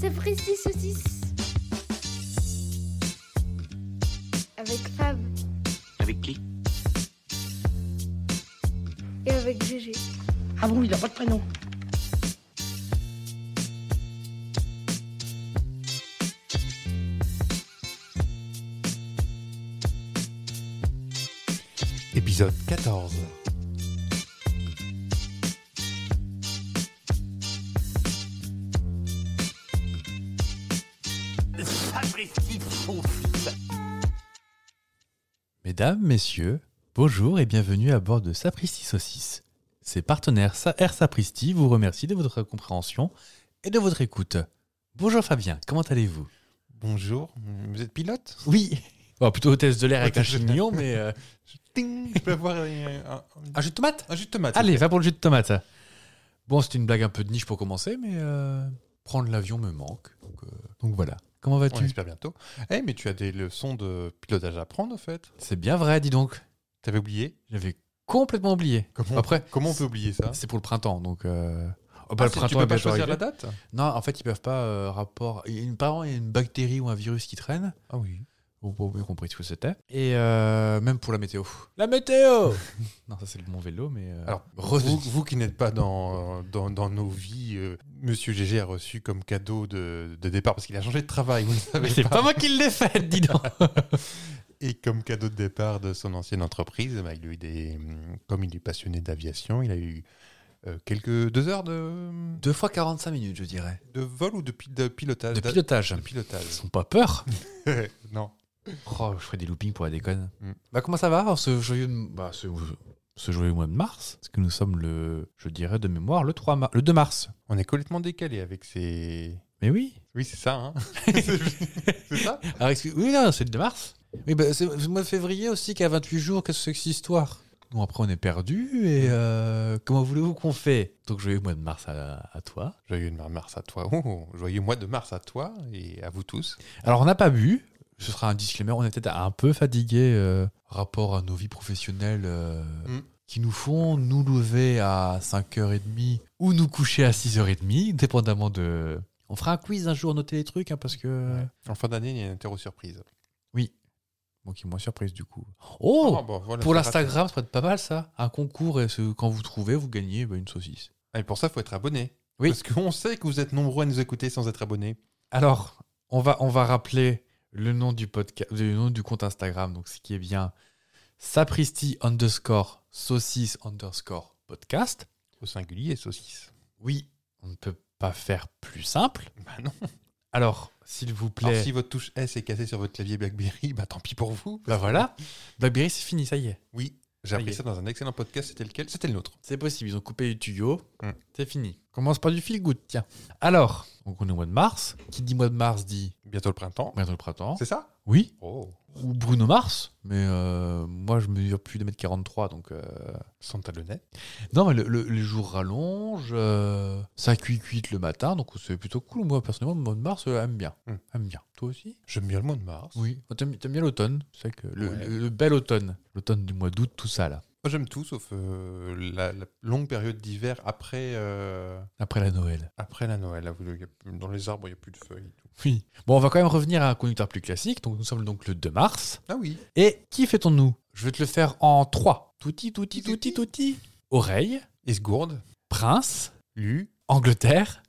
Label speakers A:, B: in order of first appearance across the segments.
A: Sapristi saucisse. Avec Fab
B: Avec qui
A: et avec Gégé.
C: Ah bon, il a pas de prénom.
D: Épisode 14.
B: Sapristi saucisse
D: Mesdames, messieurs, bonjour et bienvenue à bord de Sapristi Saucisse. Ses partenaires Sa- Air Sapristi vous remercient de votre compréhension et de votre écoute. Bonjour Fabien, comment allez-vous
E: Bonjour, vous êtes pilote
D: Oui bon, Plutôt hôtesse de l'air avec un
E: Hôtesse de l'air.
D: chignon, mais... euh,
E: Ting, Je peux avoir euh, un,
D: Un jus de tomate
E: un jus de tomate.
D: Ah, Allez, va pour le jus de tomate. Bon, c'était une blague un peu de niche pour commencer, mais euh, prendre l'avion me manque. Donc, euh, donc voilà. Comment
E: on
D: vas-tu
E: espère bientôt. Eh, mais tu as des leçons de pilotage à prendre, en fait.
D: C'est bien vrai, dis donc.
E: T'avais oublié
D: J'avais complètement oublié.
E: Comment,
D: Après,
E: comment on peut oublier ça
D: C'est pour le printemps, donc. euh, oh,
E: Ah,
D: bah, le
E: c'est-
D: printemps
E: Tu
D: est
E: peux pas
D: bientôt
E: choisir la
D: arrivé.
E: date
D: Non, en fait, ils peuvent pas euh, rapport. Il y a une, par an, il y a une bactérie ou un virus qui traîne.
E: Ah oui.
D: Vous avez bien compris ce que c'était. Et euh, même pour la météo. La météo Non, ça c'est mon vélo, mais. euh,
E: Alors,
D: Rose-
E: vous, vous qui n'êtes pas dans, dans, dans nos vies, euh, Monsieur Gégé a reçu comme cadeau de, de départ, parce qu'il a changé de travail, vous ne savez
D: Mais c'est
E: pas.
D: pas moi qui l'ai fait, dis donc
E: Et comme cadeau de départ de son ancienne entreprise, bah, il a eu des, comme il est passionné d'aviation, il a eu euh, quelques deux heures de,
D: Deux fois 45 minutes, je dirais.
E: de vol ou de, pi- de pilotage
D: De
E: d'a-
D: pilotage.
E: de pilotage.
D: Ils ont pas peur
E: non.
D: Oh, je ferai des loopings pour la déconne.
E: Mm.
D: Bah, comment ça va en ce joyeux, bah, ce, ce joyeux mois de mars Parce que nous sommes le, je dirais de mémoire, le, 3 mar- le 2 mars.
E: On est complètement décalé avec ces.
D: Mais oui
E: Oui, c'est ça, hein C'est ça
D: Alors, excuse- Oui, non, c'est le 2 mars. Oui, bah, c'est le mois de février aussi qui a 28 jours. Qu'est-ce que c'est que cette histoire Bon, après, on est perdu. Et euh, comment voulez-vous qu'on fait Donc, joyeux mois de mars à, à toi.
E: Joyeux mois de mars à toi. Oh, joyeux mois de mars à toi et à vous tous.
D: Alors, on n'a pas bu. Ce sera un disclaimer. On est peut-être un peu fatigué euh, rapport à nos vies professionnelles euh,
E: Mm.
D: qui nous font nous lever à 5h30 ou nous coucher à 6h30, dépendamment de. On fera un quiz un jour, noter les trucs, hein, parce que.
E: En fin d'année, il y a une interro surprise.
D: Moi qui moins surprise du coup.
E: Oh,
D: Oh,
E: bon, voilà,
D: Pour
E: c'est
D: l'Instagram, ça peut être pas mal ça. Un concours, et ce- quand vous trouvez, vous gagnez bah, une saucisse.
E: raté. Et pour ça, il faut être abonné.
D: Oui.
E: Parce qu'on sait que vous êtes nombreux à nous écouter sans être abonnés.
D: Alors, on va, on va rappeler le nom du podcast, le nom du compte Instagram, donc ce qui est bien sapristi underscore saucisse underscore podcast.
E: Au singulier, saucisse.
D: Oui, on ne peut pas faire plus simple.
E: Bah non.
D: Alors, s'il vous plaît.
E: Alors, si votre touche S est cassée sur votre clavier Blackberry, bah tant pis pour vous.
D: Bah voilà, Blackberry c'est fini, ça y est.
E: Oui, j'ai
D: Ça y
E: appris
D: est.
E: ça dans un excellent podcast. C'était lequel C'était le nôtre.
D: C'est possible, ils ont coupé les tuyaux.
E: Mm.
D: C'est fini. Commence par du fil good, tiens. Alors, donc on est au mois de mars. Qui dit mois de mars dit
E: Bientôt le printemps.
D: bientôt le printemps.
E: C'est ça
D: Oui,
E: Oh.
D: ou Bruno Mars, mais euh, moi je mesure plus de 1m43, donc... euh,
E: Sans talonnet.
D: Non, mais le, le- les jours rallongent, euh, ça cuit cuite le matin, donc c'est plutôt cool. Moi, personnellement, le mois de mars, euh, aime bien.
E: Hmm.
D: Aime bien. Toi aussi
E: J'aime bien le mois de mars.
D: Oui. Moi, T'aimes t'aimes bien l'automne, c'est vrai que le,
E: Ouais.
D: le- le bel automne, l'automne du mois d'août, tout ça, là,
E: Moi, J'aime tout, sauf euh, la, la longue période d'hiver après, euh,
D: après la Noël.
E: après la Noël. là, où il y a plus- Dans les arbres, il n'y a plus de feuilles. et tout.
D: Oui. Bon, on va quand même revenir à un conducteur plus classique, donc nous sommes donc le 2 mars.
E: Ah oui,
D: Et qui fait-on-nous Je vais te le faire en 3. Touti, touti, touti, touti. Oreille,
E: Esgourde,
D: Prince,
E: Lu,
D: Angleterre,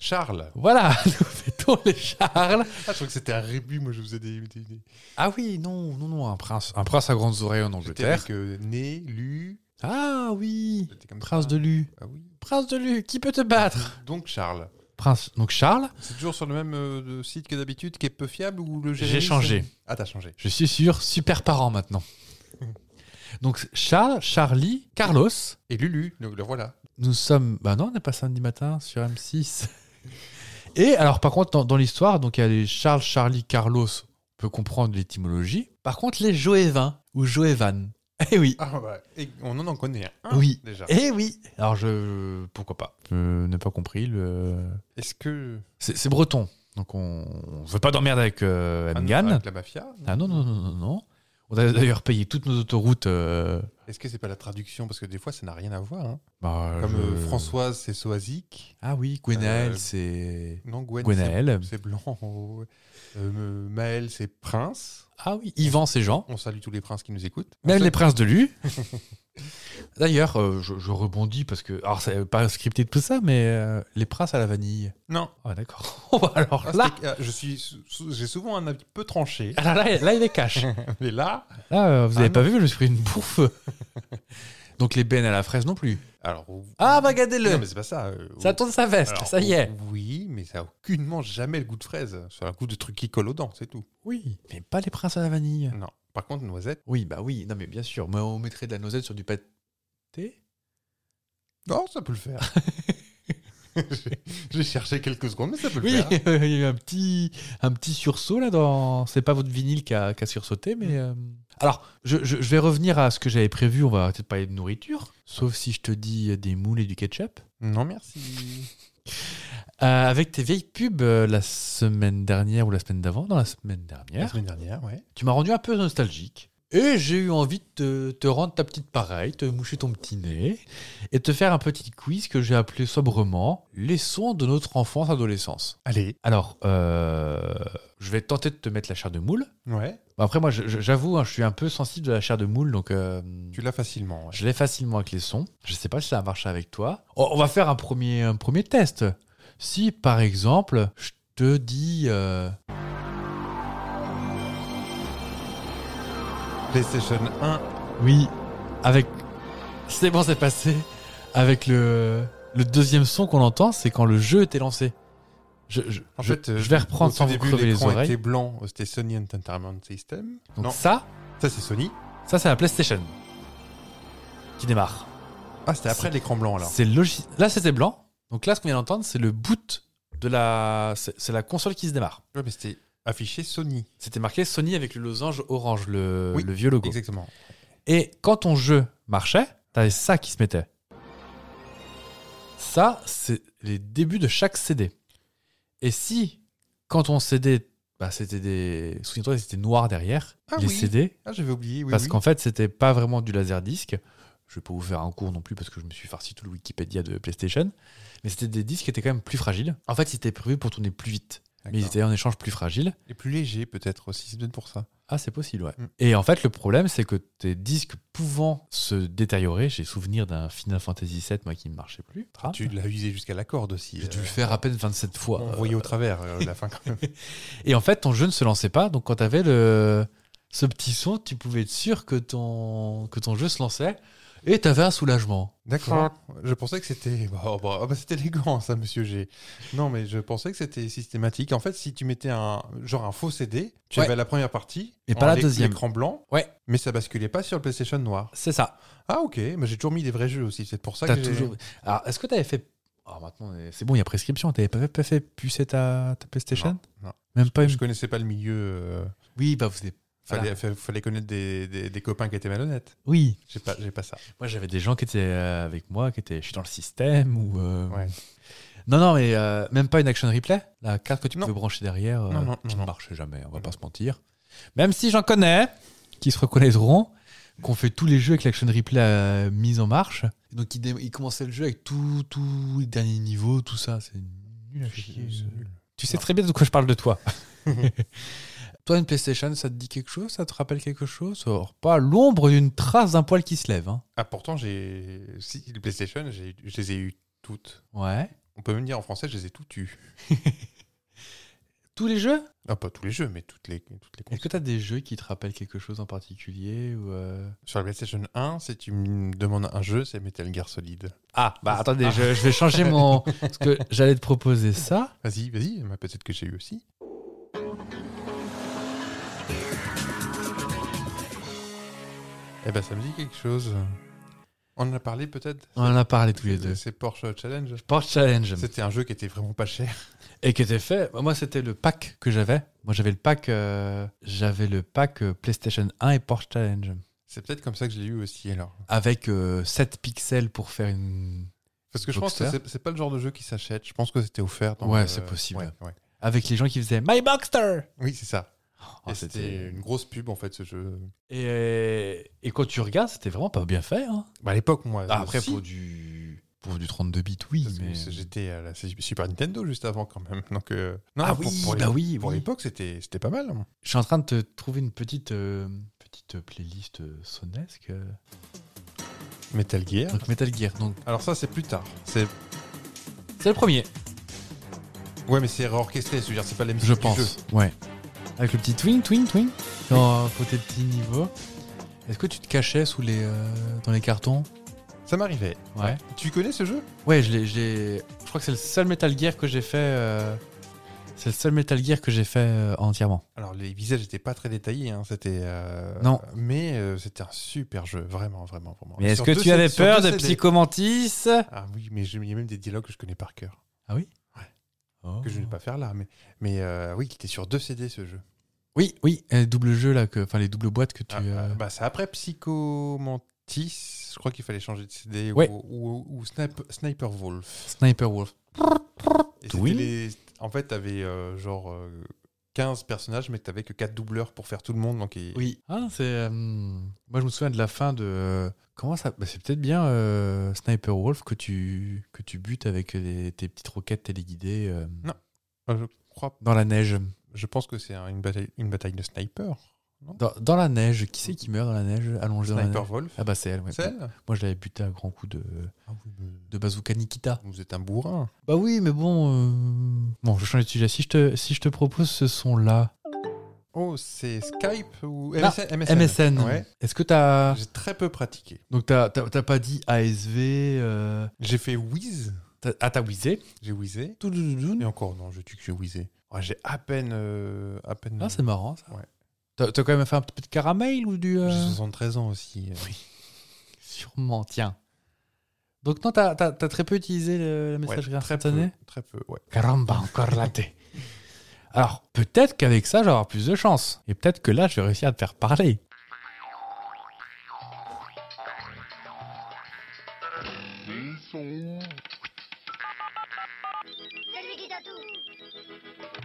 E: Charles.
D: Voilà, nous fêtons les Charles.
E: Ah, je crois que c'était un rébut, moi je faisais des. des, des...
D: Ah oui, non, non, non, un prince, un prince à grandes oreilles en
E: J'étais
D: Angleterre.
E: avec euh, Né, Lu.
D: Ah oui,
E: j'étais comme
D: prince
E: ça.
D: de Lu.
E: Ah oui.
D: Prince de Lu, qui peut te battre
E: Donc Charles.
D: Prince, donc Charles,
E: C'est toujours sur le même euh, site que d'habitude qui est peu fiable ou le
D: J'ai
E: Jérémy, c'est-
D: changé.
E: Ah, t'as changé.
D: je suis sûr, super parent maintenant. Donc Charles, Charlie, Carlos,
E: Et Lulu, le, le voilà.
D: nous sommes... Bah non, on n'est pas samedi matin sur M6. Et alors par contre, dans, dans l'histoire, donc il y a les Charles, Charlie, Carlos, on peut comprendre l'étymologie. Par contre, les Joévin ou Joévan. Eh oui.
E: Ah bah, et on en en connaît un.
D: Oui.
E: Déjà.
D: Eh oui Alors je... Pourquoi pas Je n'ai pas compris le...
E: Est-ce que.
D: C'est c'est breton, donc on ne veut pas d'emmerde avec euh,
E: Ah non,
D: Mgan.
E: avec la mafia
D: Ah non, non, non, non, non. On a d'ailleurs payé toutes nos autoroutes. euh,
E: Est-ce que c'est pas la traduction Parce que des fois, ça n'a rien à voir. hein.
D: bah,
E: Comme
D: je-
E: euh, Françoise, c'est Soazic.
D: Ah oui, Gwenaël,
E: Euh,
D: c'est.
E: Non, Gwen,
D: Gwenaël.
E: c'est- c'est Blanc. ouais. Euh, Maël, c'est Prince.
D: Ah oui, Yvan, c'est Jean.
E: On salue tous les princes qui nous écoutent.
D: Même
E: On
D: les princes de Lu. D'ailleurs, euh, je, je rebondis parce que. Alors, c'est pas scripté de tout ça, mais euh, les princes à la vanille.
E: salue- Non.
D: Ah, d'accord. Oh, bah, alors
E: Ah,
D: là,
E: c'était- ah, je suis, sou- sou- j'ai souvent un avis peu tranché.
D: ah, là, là, là, il est cash.
E: Mais là,
D: Là, euh, vous
E: Ah
D: avez
E: non.
D: pas vu, je me suis pris une bouffe. Donc, les bennes à la fraise non plus.
E: alors.
D: Ah,
E: non,
D: bah, regardez-le.
E: mais c'est pas ça. euh,
D: Ça tourne sa veste,
E: alors,
D: ça y est.
E: Oui, mais ça a aucunement jamais le goût de fraise. C'est un goût de truc qui colle aux dents, c'est tout.
D: Oui, mais pas les princes à la vanille.
E: Non. Par contre, noisette.
D: Oui, bah oui, non mais bien sûr. Mais on mettrait de la noisette sur du pâté.
E: Non, oh, ça peut le faire. J'ai- J'ai cherché quelques secondes, mais ça peut le
D: Oui,
E: faire.
D: il y a eu un petit, un petit sursaut là dans. C'est pas votre vinyle qui a, qui a sursauté, mais. euh, Alors, je, je- je vais revenir à ce que j'avais prévu. On va arrêter de parler de nourriture. Sauf si je te dis euh, des moules et du ketchup.
E: Non, merci.
D: Euh, avec tes vieilles pubs euh, la semaine dernière ou la semaine d'avant, dans la semaine dernière,
E: La semaine dernière, ouais.
D: tu m'as rendu un peu nostalgique. Et j'ai eu envie de te, te rendre ta petite pareille, te moucher ton petit nez et te faire un petit quiz que j'ai appelé sobrement Les sons de notre enfance-adolescence.
E: Allez.
D: Alors, euh, je vais tenter de te mettre la chair de moule.
E: Ouais.
D: Bon, Après, moi, je- je- j'avoue, hein, je suis un peu sensible de la chair de moule, donc euh,
E: Tu l'as facilement. ouais.
D: je l'ai facilement avec les sons. Je sais pas si ça va marcher avec toi. On, on va faire un premier, un premier test. Si, par exemple, je te dis. euh,
E: PlayStation 1.
D: Oui, avec. C'est bon, c'est passé. Avec le, le deuxième son qu'on entend, c'est quand le jeu était lancé. Je, je-
E: En
D: je-
E: fait, euh,
D: je vais reprendre
E: au
D: sans
E: tout
D: vous
E: début,
D: crever les
E: l'écran
D: oreilles.
E: était blanc. euh, C'était Sony Entertainment System.
D: Donc
E: non,
D: ça,
E: ça c'est Sony.
D: ça c'est la PlayStation qui démarre.
E: Ah, c'était après
D: C'est-
E: l'écran blanc alors.
D: C'est logi- Là c'était blanc. Donc là, ce qu'on vient d'entendre, c'est le boot de la. C'est c'est la console qui se démarre.
E: Ouais, mais c'était affiché Sony.
D: C'était marqué Sony avec le losange orange, le,
E: Oui,
D: le vieux logo.
E: Exactement.
D: Et quand ton jeu marchait, t'avais ça qui se mettait. Ça, c'est les débuts de chaque CD. Et si, quand ton CD, bah, c'était des. Souviens-toi, c'était noir derrière,
E: Ah
D: les
E: oui,
D: CD,
E: Ah, j'avais oublié. Oui,
D: parce
E: oui.
D: qu'en fait, c'était pas vraiment du laserdisc. Je vais pas vous faire un cours non plus parce que je me suis farci tout le Wikipédia de PlayStation. Mais c'était des disques qui étaient quand même plus fragiles. En fait, c'était prévu pour tourner plus vite. Mais ils
E: D'accord.
D: étaient en échange plus fragiles.
E: Et plus léger peut-être aussi, c'est peut-être pour ça.
D: Ah, c'est possible, ouais.
E: Mm.
D: Et en fait, le problème, c'est que tes disques pouvant se détériorer, j'ai souvenir d'un Final Fantasy VII, moi, qui ne marchait plus. Ah.
E: Tu l'as usé jusqu'à la corde aussi.
D: J'ai dû
E: euh,
D: le faire à peine 27 fois.
E: On voyait au travers euh, la fin quand même.
D: Et en fait, ton jeu ne se lançait pas. Donc, quand tu avais le... ce petit son, tu pouvais être sûr que ton, que ton jeu se lançait. Et tu avais un soulagement.
E: D'accord. Je pensais que c'était. bah, oh, bah, oh, bah, c'était élégant ça, monsieur G. Non, mais je pensais que c'était systématique. En fait, si tu mettais un genre un faux CD, tu
D: Ouais.
E: avais la première partie,
D: Mais
E: en
D: pas la
E: l'éc-
D: deuxième.
E: L'écran blanc.
D: Ouais.
E: Mais ça basculait pas sur le PlayStation noir.
D: C'est ça.
E: Ah ok, mais j'ai toujours mis des vrais jeux aussi. C'est pour ça
D: T'as
E: que j'ai-
D: toujours... Alors, est-ce que tu avais fait. Alors maintenant, c'est bon, il y a prescription. Tu pas fait, pas fait pucer ta, ta PlayStation
E: Non, non.
D: Même pas une.
E: Je connaissais pas le milieu. euh,
D: Oui, bah, vous avez-
E: Fallait, fa- fallait connaître des, des- des copains qui étaient malhonnêtes.
D: Oui,
E: J'ai pas, j'ai pas ça.
D: Moi, j'avais des gens qui étaient euh, avec moi, qui étaient, je suis dans le système ou. euh,
E: Ouais.
D: Non, non, mais euh, même pas une action replay. La carte que tu
E: Non.
D: pouvais brancher derrière, euh,
E: Non, non,
D: qui
E: non,
D: ne
E: non.
D: marchait jamais. On va pas se mentir. Même si j'en connais, qui se reconnaîtront, qu'on fait tous les jeux avec l'action replay euh, mise en marche. Donc, ils, dé- ils commençaient le jeu avec tout, tout les derniers niveaux, tout ça. C'est nul à chier. Tu sais très bien de quoi je parle de toi. toi, une PlayStation, ça te dit quelque chose Ça te rappelle quelque chose Or, Pas l'ombre d'une trace d'un poil qui se lève. hein.
E: Ah pourtant j'ai, si les PlayStation, j'ai- je les ai eues toutes.
D: Ouais.
E: On peut même dire en français, je les ai toutes eues.
D: Tous les jeux
E: Ah pas tous les jeux, mais toutes les, toutes les
D: Est-ce que tu as des jeux qui te rappellent quelque chose en particulier ou euh,
E: Sur la PlayStation 1, si tu me demandes un jeu, c'est Metal Gear Solid.
D: Ah, bah attendez, Je, je vais changer mon. Parce que j'allais te proposer ça.
E: Vas-y, vas-y, mais peut-être que j'ai eu aussi. Eh ben, ça me dit quelque chose. On en a parlé peut-être
D: On en a parlé tous les deux.
E: C'est Porsche Challenge.
D: Porsche Challenge.
E: C'était un jeu qui était vraiment pas cher.
D: Et qui était fait. Moi, c'était le pack que j'avais. Moi, j'avais le pack. euh, J'avais le pack euh, PlayStation 1 et Porsche Challenge.
E: C'est peut-être comme ça que je l'ai eu aussi alors.
D: Avec euh, 7 pixels pour faire une.
E: Parce que je pense
D: Boxster.
E: que c'est- c'est pas le genre de jeu qui s'achète. Je pense que c'était offert. dans
D: Ouais,
E: le-
D: c'est possible.
E: Ouais, ouais.
D: Avec les gens qui faisaient My Boxster
E: Oui, c'est ça.
D: Oh,
E: Et
D: c'était-
E: C'était une grosse pub en fait ce jeu.
D: Et, et quand tu regardes, c'était vraiment pas bien fait. hein.
E: Bah, à l'époque, moi.
D: Ah, après,
E: aussi,
D: pour du pour du 32 bits, oui.
E: parce que
D: mais-
E: J'étais à la Super Nintendo juste avant quand même. Donc, euh, non,
D: Ah
E: pour-
D: oui,
E: pour
D: bah
E: les-
D: oui,
E: Pour
D: oui.
E: l'époque, c'était c'était pas mal. hein.
D: Je suis en train de te trouver une petite euh, petite playlist euh, sonesque. euh.
E: Metal Gear.
D: Donc Metal Gear. Donc
E: Alors ça, bah, c'est plus tard. C'est
D: c'est le premier,
E: ouais, mais c'est réorchestré. Je veux dire, c'est pas la musique
D: je
E: du jeu.
D: pense. Ouais. Avec le petit twing twing twing dans côté petit niveau. Est-ce que tu te cachais sous les euh, dans les cartons
E: Ça m'arrivait. Ah,
D: Ouais.
E: Tu connais ce jeu
D: Ouais, je l'ai- je l'ai. Je crois que c'est le seul Metal Gear que j'ai fait. euh, C'est le seul Metal Gear que j'ai fait euh, entièrement.
E: Alors les visages n'étaient pas très détaillés. hein, C'était euh,
D: Non.
E: Mais euh, c'était un super jeu, vraiment, vraiment, vraiment.
D: Mais est-ce
E: Sur
D: que
E: deux
D: tu avais
E: C- sur
D: peur
E: deux
D: de
E: CD.
D: Psychomantis
E: Ah oui, mais je- il y a même des dialogues que je connais par cœur que
D: Oh.
E: je ne vais pas faire là. Mais mais euh, oui, qui était sur deux CD ce jeu.
D: Oui, oui, euh, double jeu là, que, enfin les doubles boîtes que tu.
E: Ah,
D: euh,
E: ah, bah c'est après Psychomantis. Je crois qu'il fallait changer de CD
D: Ouais.
E: ou, ou- ou Snap- Sniper Wolf.
D: Sniper Wolf.
E: Et c'était
D: Oui.
E: les- En fait, t'avais euh, genre euh, 15 personnages, mais t'avais que 4 doubleurs pour faire tout le monde. Donc, et-
D: Oui. Ah, c'est. euh, moi, je me souviens de la fin de. euh, Comment ça bah, C'est peut-être bien euh, Sniper Wolf que tu que tu butes avec les- tes petites roquettes téléguidées euh,
E: Non. Euh, je crois,
D: dans la neige.
E: je pense que c'est un- une bataille, une bataille de sniper.
D: Dans, dans la neige. Qui c'est qui meurt dans la neige allongé dans la
E: Sniper
D: neige
E: Wolf.
D: Ah bah c'est elle. ouais. Ah
E: C'est elle
D: Moi, je l'avais buté à grands coups de de bazooka Nikita.
E: Vous êtes un bourrin.
D: Bah oui, mais bon. euh, Bon, je change de sujet. Si je te si je te propose ce son là.
E: Oh, c'est Skype ou
D: Non,
E: MSN,
D: MSN.
E: Ouais.
D: Est-ce que t'as
E: J'ai très peu pratiqué.
D: donc t'as t'as- t'as pas dit ASV euh...
E: J'ai fait whiz.
D: t'as- Ah t'as whizzé
E: J'ai whizé.
D: Mm.
E: Et encore, non, je dis que j'ai whizé. Ouais, j'ai à peine. euh, à peine
D: Ah c'est marrant ça.
E: Ouais.
D: T'as t'as quand même fait un petit peu de caramel ou du euh,
E: J'ai 73 ans aussi. euh.
D: Sûrement, tiens. Donc non, t'as t'as- t'as très peu utilisé le, la
E: Ouais,
D: messagerie
E: très peu.
D: instantanée
E: Très peu, ouais.
D: Caramba, encore raté. Alors, peut-être qu'avec ça, j'aurai plus de chance. Et peut-être que là, je vais réussir à te faire parler.
A: Celui qui t'a tout.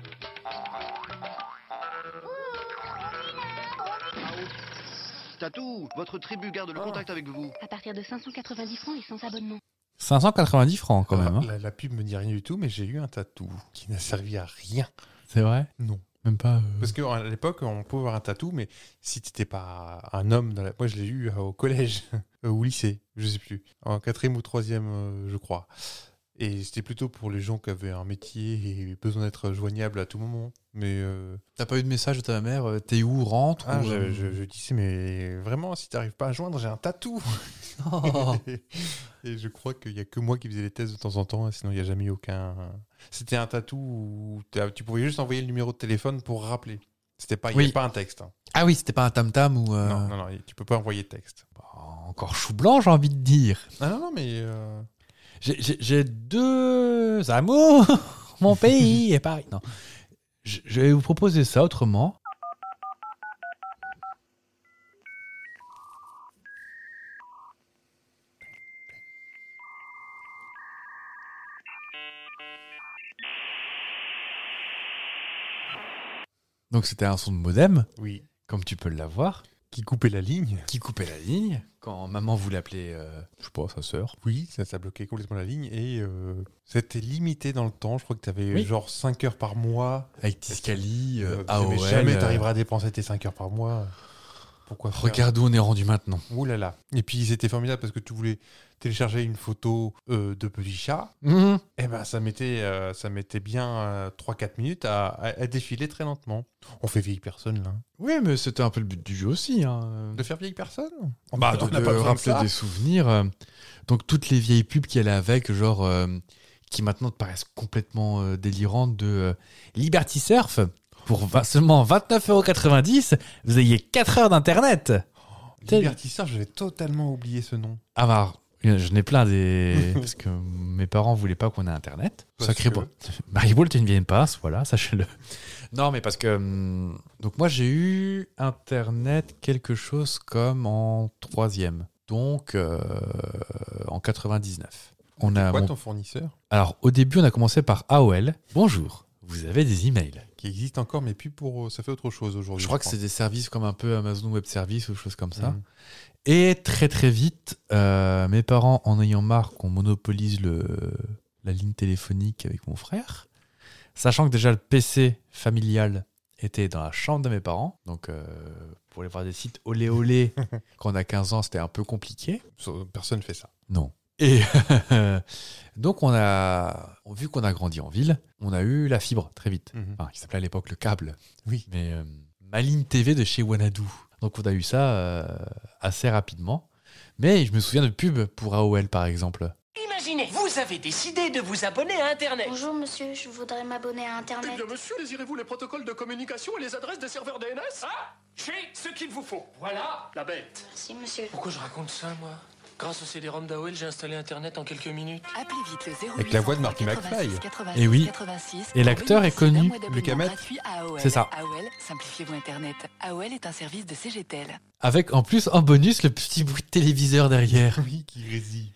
B: Tatou, votre tribu garde le contact avec vous.
F: À partir de 590 francs et sans abonnement.
D: 590 francs quand
E: Ah,
D: même. hein.
E: la, la pub me dit rien du tout, mais j'ai eu un tatou qui n'a servi à rien.
D: C'est vrai
E: Non.
D: Même pas... euh,
E: Parce qu'à l'époque, on pouvait avoir un tatou, mais si t'étais pas un homme, dans la- moi je l'ai eu euh, au collège euh, ou au lycée, je sais plus, en quatrième ou troisième, euh, je crois. Et c'était plutôt pour les gens qui avaient un métier et besoin d'être joignables à tout moment. Mais euh,
D: T'as pas eu de message de ta mère euh, T'es où Rentre
E: ah,
D: ou,
E: je,
D: euh,
E: je- je disais, mais vraiment, si t'arrives pas à joindre, j'ai un tatou.
D: Oh.
E: et, et je crois qu'il y a que moi qui faisais les tests de temps en temps, sinon il n'y a jamais eu aucun. C'était un tatou où t'as- tu pouvais juste envoyer le numéro de téléphone pour rappeler. C'était pas, il y
D: Oui.
E: avait pas un texte. hein.
D: Ah oui, c'était pas un tam-tam ou... euh,
E: Non, non, non, tu peux pas envoyer de texte.
D: bah, encore chou blanc, j'ai envie de dire.
E: Ah non, non, mais. euh,
D: J'ai- J'ai j'ai deux amours, mon pays et Paris. Non. Je, je vais vous proposer ça autrement. Donc c'était un son de modem,
E: Oui.
D: comme tu peux l'avoir,
E: Qui coupait la ligne
D: qui coupait la ligne quand maman voulait appeler, euh, je sais pas, sa sœur.
E: Oui, ça, ça bloquait complètement la ligne et euh, c'était limité dans le temps. Je crois que tu avais
D: Oui.
E: genre 5 heures par mois.
D: Avec Tiscali,
E: Euh,
D: euh,
E: mais
D: AOL.
E: jamais
D: euh,
E: t'arriveras à dépenser tes 5 heures par mois. Pourquoi faire
D: Regarde où on est rendu maintenant.
E: Ouh Oh là là. Et puis c'était formidable parce que tu voulais télécharger une photo euh, de petit chat.
D: Mhm.
E: Et ben ça mettait, euh, ça mettait bien 3-4 minutes à, à- à défiler très lentement. On fait vieille personne là. hein.
D: Oui, mais c'était un peu le but du jeu aussi. hein.
E: De faire vieille personne
D: Bah,
E: On
D: donc,
E: n'a
D: de
E: pas besoin de
D: rappeler
E: ça.
D: des souvenirs. euh, Donc, toutes les vieilles pubs qui allaient avec, genre, euh, qui maintenant te paraissent complètement euh, délirantes, de euh, Liberty Surf, pour vingt- seulement 29,90€, vous ayez 4 heures d'Internet. Tel-
E: Libertisseur, j'avais totalement oublié ce nom.
D: Ah, bah, je n'ai plein des. Parce que mes parents voulaient pas qu'on ait Internet.
E: Parce
D: Sacré
E: que-
D: bon. Maribol, tu es une vieille passe, voilà, sachez-le. Non, mais parce que. hum, Donc, moi, j'ai eu Internet quelque chose comme en troisième. Donc, euh, en 99. On a,
E: Quoi
D: mon-
E: ton fournisseur
D: Alors, au début, on a commencé par AOL. Bonjour, vous avez des emails.
E: qui existe encore, mais plus pour. euh, Ça fait autre chose aujourd'hui.
D: Je crois que c'est des services comme un peu Amazon Web Service ou choses
E: Mmh.
D: comme ça. Et très très vite, euh, mes parents, en ayant marre qu'on monopolise le, la ligne téléphonique avec mon frère, sachant que déjà le PC familial était dans la chambre de mes parents, donc euh, pour aller voir des sites olé olé quand on a 15 ans, c'était un peu compliqué.
E: Personne Personne fait ça.
D: Non. Et donc on a, vu qu'on a grandi en ville, on a eu la fibre très vite.
E: Mhm.
D: Enfin, qui s'appelait à l'époque le câble.
E: Oui.
D: Mais euh, ma ligne TV de chez Wanadu. Donc on a eu ça euh, assez rapidement. Mais je me souviens de pubs pour AOL par exemple.
G: Imaginez, vous avez décidé de vous abonner à Internet.
A: Bonjour monsieur, je voudrais m'abonner à Internet.
G: monsieur, désirez-vous les protocoles de communication et les adresses des serveurs DNS Ah J'ai ce qu'il vous faut. Voilà la bête.
A: Merci monsieur.
G: Pourquoi je raconte ça, moi Grâce au CD-ROM d'AOL, j'ai installé Internet en quelques minutes.
H: Appelez vite le 0800
E: Avec la voix de Marty McFly.
H: 86
D: Eh oui.
H: 86
D: Et l'acteur est
H: pour bénéficier d'un
D: connu,
H: mois d'abonnement
E: Lucas Matt.
H: gratuit à AOL.
D: C'est ça.
H: AOL, simplifiez-vous Internet. AOL est un service de CGTEL.
D: Avec en plus en bonus le petit bout de téléviseur derrière.
E: Oui, qui réside.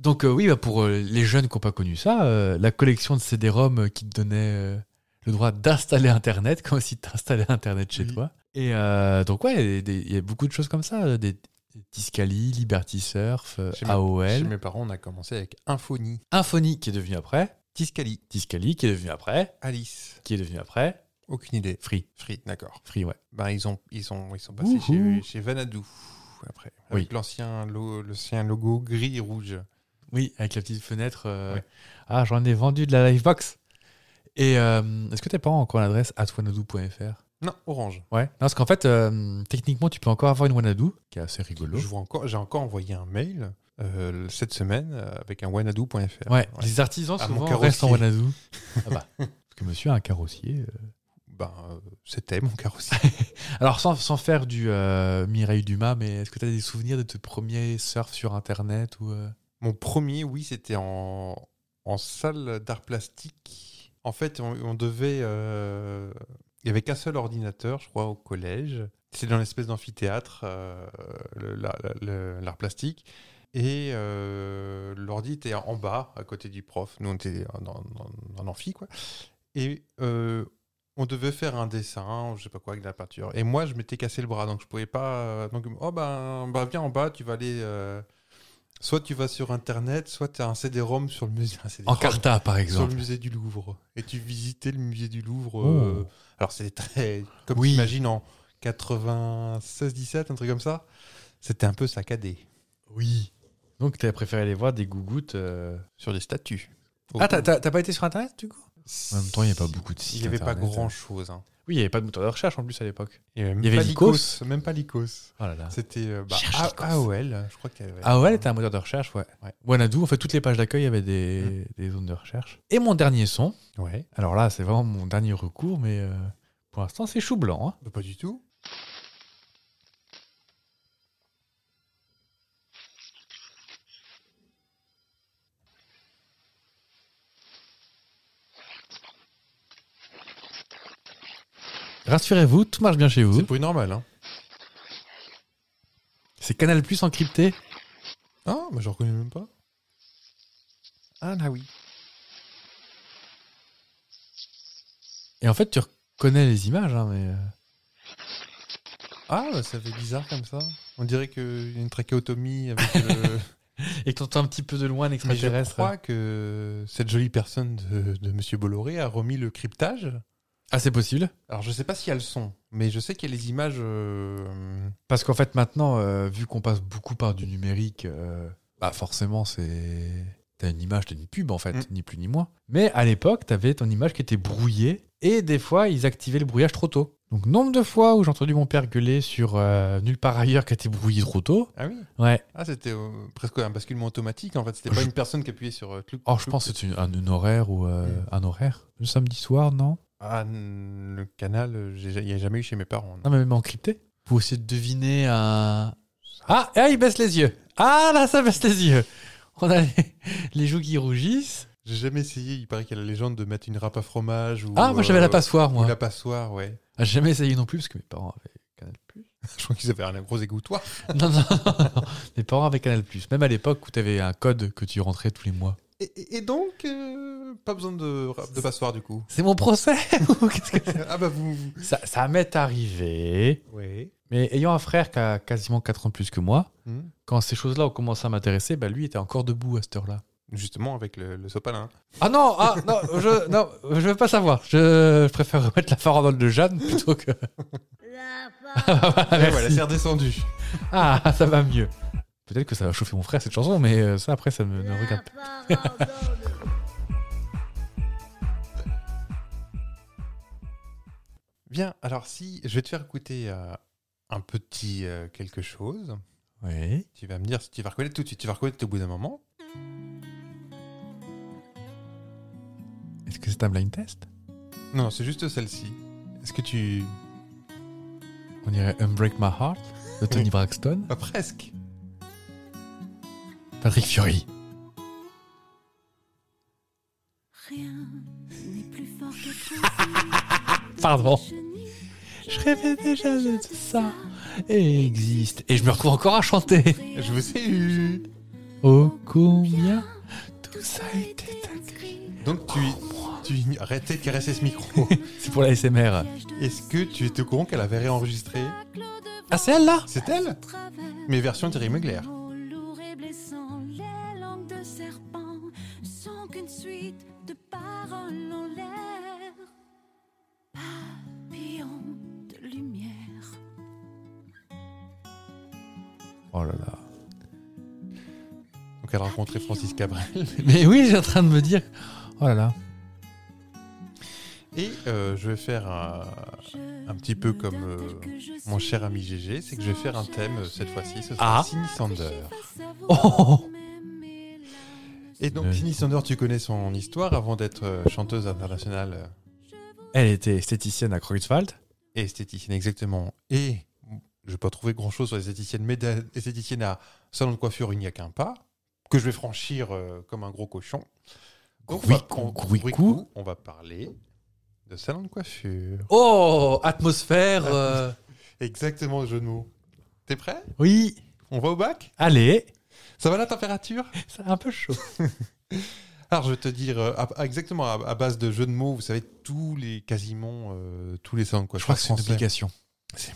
D: Donc euh, oui, bah, pour euh, les jeunes qui n'ont pas connu ça, euh, la collection de CD-ROM euh, qui te donnait euh, le droit d'installer Internet, comme si tu installais Internet chez
E: Oui.
D: toi. Et euh, donc ouais, il y a des- il y, a beaucoup de choses comme ça, euh, des des Tiscali, Liberty Surf, euh,
E: Chez mes- Chez
D: AOL,
E: mes parents, on a commencé avec Infony,
D: Infony qui est devenu après,
E: Tiscali,
D: Tiscali qui est devenu après,
E: Alice.
D: qui est devenu après,
E: Aucune idée.
D: Free.
E: Free, d'accord.
D: Free, ouais.
E: Ben, ils, ont, ils, sont, ils sont passés
D: Wouhou.
E: chez, chez Vanadou après. Avec l'ancien lo- l'ancien logo gris et rouge.
D: Oui, avec la petite fenêtre. euh,
E: Ouais.
D: Ah, j'en ai vendu de la Livebox. Et euh, est-ce que t'as pas encore l'adresse atwanadou.fr
E: Non, orange.
D: Ouais. Non, parce qu'en fait, euh, techniquement, tu peux encore avoir une Wanadoo, qui est assez rigolo.
E: Je vois encore, j'ai encore envoyé un mail euh, cette semaine euh, avec un wanadoo.fr.
D: Ouais, les artisans
E: Ah, mon
D: souvent
E: carrossier.
D: restent en Wanadoo. ah bah, parce que monsieur a un carrossier. euh.
E: Ben, euh, c'était mon carrossier.
D: Alors, sans, sans faire du euh, Mireille Dumas, mais est-ce que t'as des souvenirs de tes premiers surf sur Internet ou euh,
E: Mon premier, oui, c'était en, en salle d'art plastique. En fait, on, on devait. euh, il n'y avait qu'un seul ordinateur, je crois, au collège. C'est dans l'espèce d'amphithéâtre, euh, le- la- la- le- l'art plastique. Et euh, l'ordi était en bas, à côté du prof. Nous, on était dans, dans, dans l'amphi, quoi. Et euh, on devait faire un dessin, je sais pas quoi, avec de la peinture. Et moi, je m'étais cassé le bras, donc je pouvais pas. euh, Donc, oh ben, ben, viens en bas, tu vas aller. euh, soit tu vas sur internet, soit tu as un CD-ROM sur le musée. un
D: En
E: CD-ROM
D: Carta,
E: sur
D: par
E: le
D: exemple.
E: musée du Louvre. Et tu visitais le musée du Louvre.
D: Oh.
E: euh, alors c'est très. Comme
D: Oui.
E: t'imagines en 96-17, un truc comme ça. C'était un peu saccadé.
D: Oui. Donc, t'as préféré aller voir des gougouttes. euh,
E: Sur des statues.
D: Ah, t'as- t'as t'as pas été sur Internet, du coup
E: En
D: En même temps, il n'y a pas beaucoup de sites.
E: Il n'y avait pas
D: internet.
E: grand chose. hein.
D: Oui, il n'y avait pas de moteur de recherche en plus à l'époque.
E: Il n'y
D: Il y avait
E: pas
D: Lycos.
E: Lycos, Même pas Lycos.
D: Oh là là.
E: C'était euh, bah,
D: Cherche
E: A-
D: Lycos.
E: AOL. Je crois qu'il y avait.
D: AOL était un moteur de recherche, ouais. Mmh.
E: Ouais.
D: Wanadu, en fait, toutes les pages d'accueil avaient des, des zones de recherche. Et mon dernier son,
E: Ouais.
D: alors là, c'est vraiment mon dernier recours, mais euh, pour l'instant, c'est chou blanc. hein.
E: Bah, pas du tout.
D: Rassurez-vous, tout marche bien chez vous.
E: C'est bruit normal. Hein.
D: C'est Canal Plus encrypté.
E: Ah, bah, je reconnais même pas. Ah, là oui.
D: Et en fait, tu reconnais les images, hein, mais. euh,
E: Ah, bah, ça fait bizarre comme ça. On dirait qu'il y a une trachéotomie avec le.
D: Et quand t'es un petit peu de loin, un
E: Mais je
D: extraterrestre.
E: crois que cette jolie personne de, de Monsieur Bolloré a remis le cryptage.
D: Ah, c'est possible.
E: Alors je sais pas s'il y a le son, mais je sais qu'il y a les images. euh,
D: Parce qu'en fait, maintenant, euh, vu qu'on passe beaucoup par du numérique, euh, bah forcément, c'est. T'as une image, t'as une pub, en fait,
E: Mm.
D: ni plus ni moins. Mais à l'époque, t'avais ton image qui était brouillée, et des fois, ils activaient le brouillage trop tôt. Donc, nombre de fois où j'ai entendu mon père gueuler sur euh, Nulle part ailleurs qui a été brouillé trop tôt.
E: Ah oui.
D: Ouais.
E: Ah c'était euh, presque un basculement automatique en fait. C'était pas
D: Je-
E: une personne qui appuyait sur. euh, clouc,
D: Oh, je
E: clouc.
D: pense que c'est une- un, un horaire ou euh,
E: Mm.
D: un horaire. Le samedi soir, non
E: Ah n- le canal, euh, j'ai- il n'y a jamais eu chez mes parents.
D: Non, mais même encrypté. Pour essayer de deviner un. Ah, ah, il baisse les yeux. Ah, là, ça baisse les yeux. On a les- les joues qui rougissent.
E: J'ai jamais essayé. Il paraît qu'il y a la légende de mettre une râpe à fromage ou.
D: Ah, moi j'avais la
E: euh,
D: passoire,
E: Ou
D: moi.
E: la passoire, ouais.
D: Ah, J'ai jamais essayé non plus parce que mes parents avaient Canal Plus.
E: je crois qu'ils avaient un gros égouttoir.
D: non, non, non, non. mes parents avaient Canal Plus. Même à l'époque où tu avais un code que tu rentrais tous les mois.
E: Et, donc, Euh, Pas besoin de, de passoire du coup.
D: C'est mon procès ou qu'est-ce que-
E: ah bah vous. vous-
D: Ça, ça m'est arrivé.
E: Ouais.
D: Mais ayant un frère qui a quasiment 4 ans de plus que moi,
E: Hmm.
D: quand ces choses-là ont commencé à m'intéresser, bah lui était encore debout à cette heure-là.
E: Justement avec le, le sopalin.
D: Ah non, ah, non, je, non, je veux pas savoir. Je, je préfère remettre la farandole de Jeanne plutôt que.
E: Ah,
D: Merci.
E: voilà, c'est redescendu.
D: Ah, ça va mieux. Peut-être que ça va chauffer mon frère cette chanson, mais euh, ça après ça me ne regarde pas.
E: Bien, alors si je vais te faire écouter euh, un petit euh, quelque chose,
D: Oui.
E: tu vas me dire si tu vas reconnaître tout de suite, tu vas reconnaître au bout d'un moment.
D: Est-ce que c'est un blind test
E: Non, non, c'est juste celle-ci. Est-ce que tu...
D: On dirait Unbreak My Heart de Tony Braxton.
E: Ah, presque.
D: Patrick Fiori. Pardon. Je rêvais déjà de tout ça. Et existe. Et je me retrouve encore à chanter.
E: Je vous ai eu.
D: Oh combien tout ça était
I: écrit.
E: Donc tu... tu arrêtez de caresser ce micro.
D: C'est pour la SMR.
E: Est-ce que tu étais au courant qu'elle avait réenregistré
D: Ah c'est elle là
E: C'est elle Mais version Thierry Mugler.
I: Lourd et blessant, les langues de serpent sont qu'une suite de paroles en l'air. Papillon de lumière.
D: Oh là là.
E: Donc elle a rencontré Francis Cabrel.
D: Mais oui, j'ai en train de me dire. Oh là là.
E: Et euh, je vais faire un, un petit peu comme euh, mon cher ami GG, c'est que je vais faire un thème euh, cette fois-ci, ce sera
D: Ah.
E: Sydney Sander.
D: Oh
E: Et donc
D: Euh,
E: Sydney Sander, tu connais son histoire avant d'être euh, chanteuse internationale euh,
D: Elle était esthéticienne à Kreuzfeld.
E: et esthéticienne exactement. Et je n'ai pas trouvé grand-chose sur les esthéticiennes, mais d'a- esthéticienne à salon de coiffure, il n'y a qu'un pas, que je vais franchir euh, comme un gros cochon. Donc on va-
D: Grouicou,
E: on-
D: grouicou.
E: grouicou, on va parler de salon de coiffure.
D: Oh Atmosphère euh,
E: Exactement, le jeu de mots. T'es prêt
D: Oui
E: On va au bac
D: Allez
E: Ça va la température
D: C'est un peu chaud.
E: Alors, je vais te dire euh, à- à- exactement à, à base de jeux de mots, vous savez, tous les quasiment euh, tous les salons de coiffure français. C'est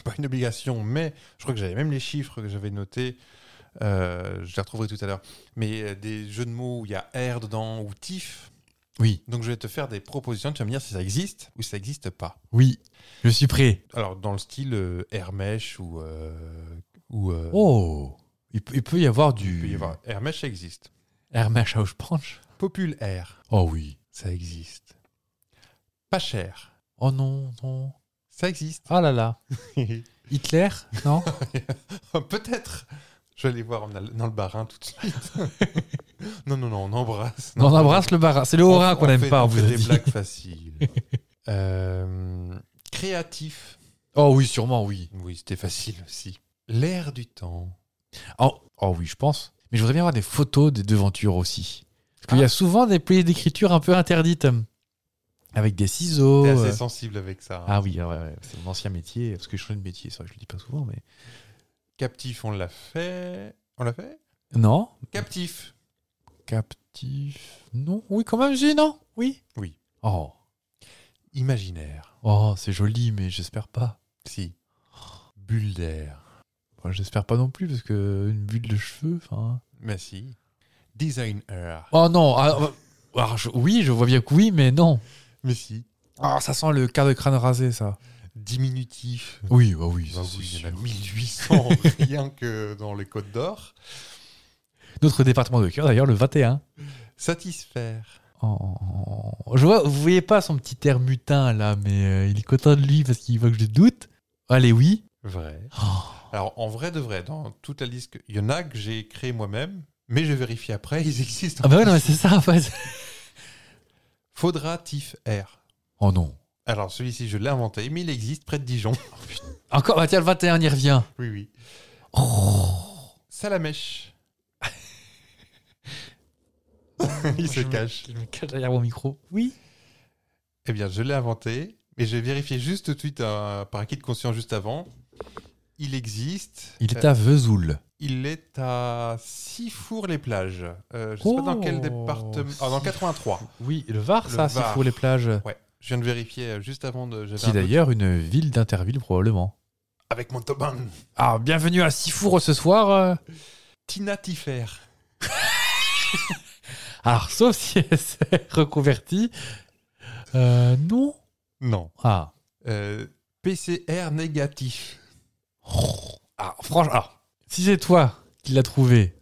E: pas une obligation, mais je crois que j'avais même les chiffres que j'avais notés. euh, je les retrouverai tout à l'heure. Mais euh, des jeux de mots où il y a air dedans ou tif.
D: Oui.
E: Donc, je vais te faire des propositions. Tu vas me dire si ça existe ou si ça n'existe pas.
D: Oui, je suis prêt.
E: Alors, dans le style euh, Hermèche ou. euh, ou euh,
D: Oh Il peut, il peut y avoir
E: il
D: du.
E: peut y avoir- Hermèche, ça existe.
D: Hermès Branch.
E: Populaire,
D: Oh oui.
E: ça existe. Pas cher,
D: Oh non, non.
E: ça existe.
D: Ah là là. Hitler Non
E: Peut-être. Je vais aller voir en Al- dans le barin tout de suite. non, non, non, on embrasse.
D: Non, on embrasse le bar. C'est le
E: On-
D: haut-rhin qu'on
E: on
D: n'aime
E: fait-
D: pas, on
E: on
D: vous
E: fait
D: a
E: des
D: dit.
E: blagues faciles. Euh, créatif.
D: Oh oui, sûrement, oui.
E: Oui, c'était facile aussi. L'air du temps.
D: Oh, oh oui, je pense. Mais je voudrais bien avoir des photos des devantures aussi. Parce
E: Ah.
D: qu'il y a souvent des plaies d'écriture un peu interdites. hum. Avec des ciseaux.
E: T'es
D: euh.
E: assez sensible avec ça. hein.
D: Ah oui, ouais, ouais, c'est mon ancien métier. Parce que je suis de métier, ça, je le dis pas souvent, mais.
E: Captif, on l'a fait. On l'a fait
D: Non
E: Captif.
D: Captif. Non Oui, quand même, si, non Oui
E: Oui.
D: Oh.
E: Imaginaire.
D: Oh, c'est joli, mais j'espère pas.
E: Si. Bulle d'air.
D: Enfin, j'espère pas non plus, parce que une bulle de cheveux, enfin.
E: Mais si. Designer.
D: Oh non ah, euh, alors, je- Oui, je vois bien que oui, mais non.
E: Mais si.
D: Ah, ça sent le quart de crâne rasé, ça.
E: Diminutif.
D: Oui, bah oui.
E: Bah
D: ça,
E: oui,
D: c'est
E: il y en a
D: sûr.
E: 1800 rien que dans les Côtes d'Or.
D: Notre département de cœur, d'ailleurs, le 21.
E: Satisfaire.
D: Oh, Je vois, vous voyez pas son petit air mutin, là, mais euh, il est content de lui parce qu'il voit que je doute. Allez, oui.
E: Vrai.
D: Oh.
E: Alors, en vrai de vrai, dans toute la liste, que- il y en a que j'ai créé moi-même, mais je vérifie après, ils existent.
D: Ah bah ouais, non, mais c'est ça, en fait.
E: Faudra TIF R.
D: Oh non.
E: Alors, celui-ci, je l'ai inventé, mais il existe près de Dijon.
D: Oh, Encore, bah tiens, le 21, on y revient.
E: oui, oui.
D: Oh.
E: Salamèche. il se
D: Je me-
E: cache.
D: Je me cache derrière mon micro. Oui.
E: Eh bien, je l'ai inventé, mais j'ai vérifié juste tout de suite euh, par acquis de conscience juste avant. Il existe.
D: Il est
E: Euh,
D: à Vesoul.
E: il est à Sifour-les-Plages. Euh, je sais pas dans quel
D: Oh,
E: département. Ah, dans
D: Sifour.
E: 83.
D: Oui, le Var,
E: Le
D: ça, c'est
E: Var.
D: pour les plages.
E: Ouais. Je viens de vérifier euh, juste avant de. j'avais
D: Qui
E: un
D: est
E: doute.
D: d'ailleurs une ville d'Interville, probablement.
E: Avec Montauban.
D: Ah, bienvenue à Sifour ce soir. euh.
E: Tina Tiffer.
D: Alors, Ah, sauf si elle s'est reconvertie. Euh, non.
E: Non.
D: Ah.
E: Euh, PCR négatif.
D: Ah, franchement, alors, si c'est toi qui l'as trouvé,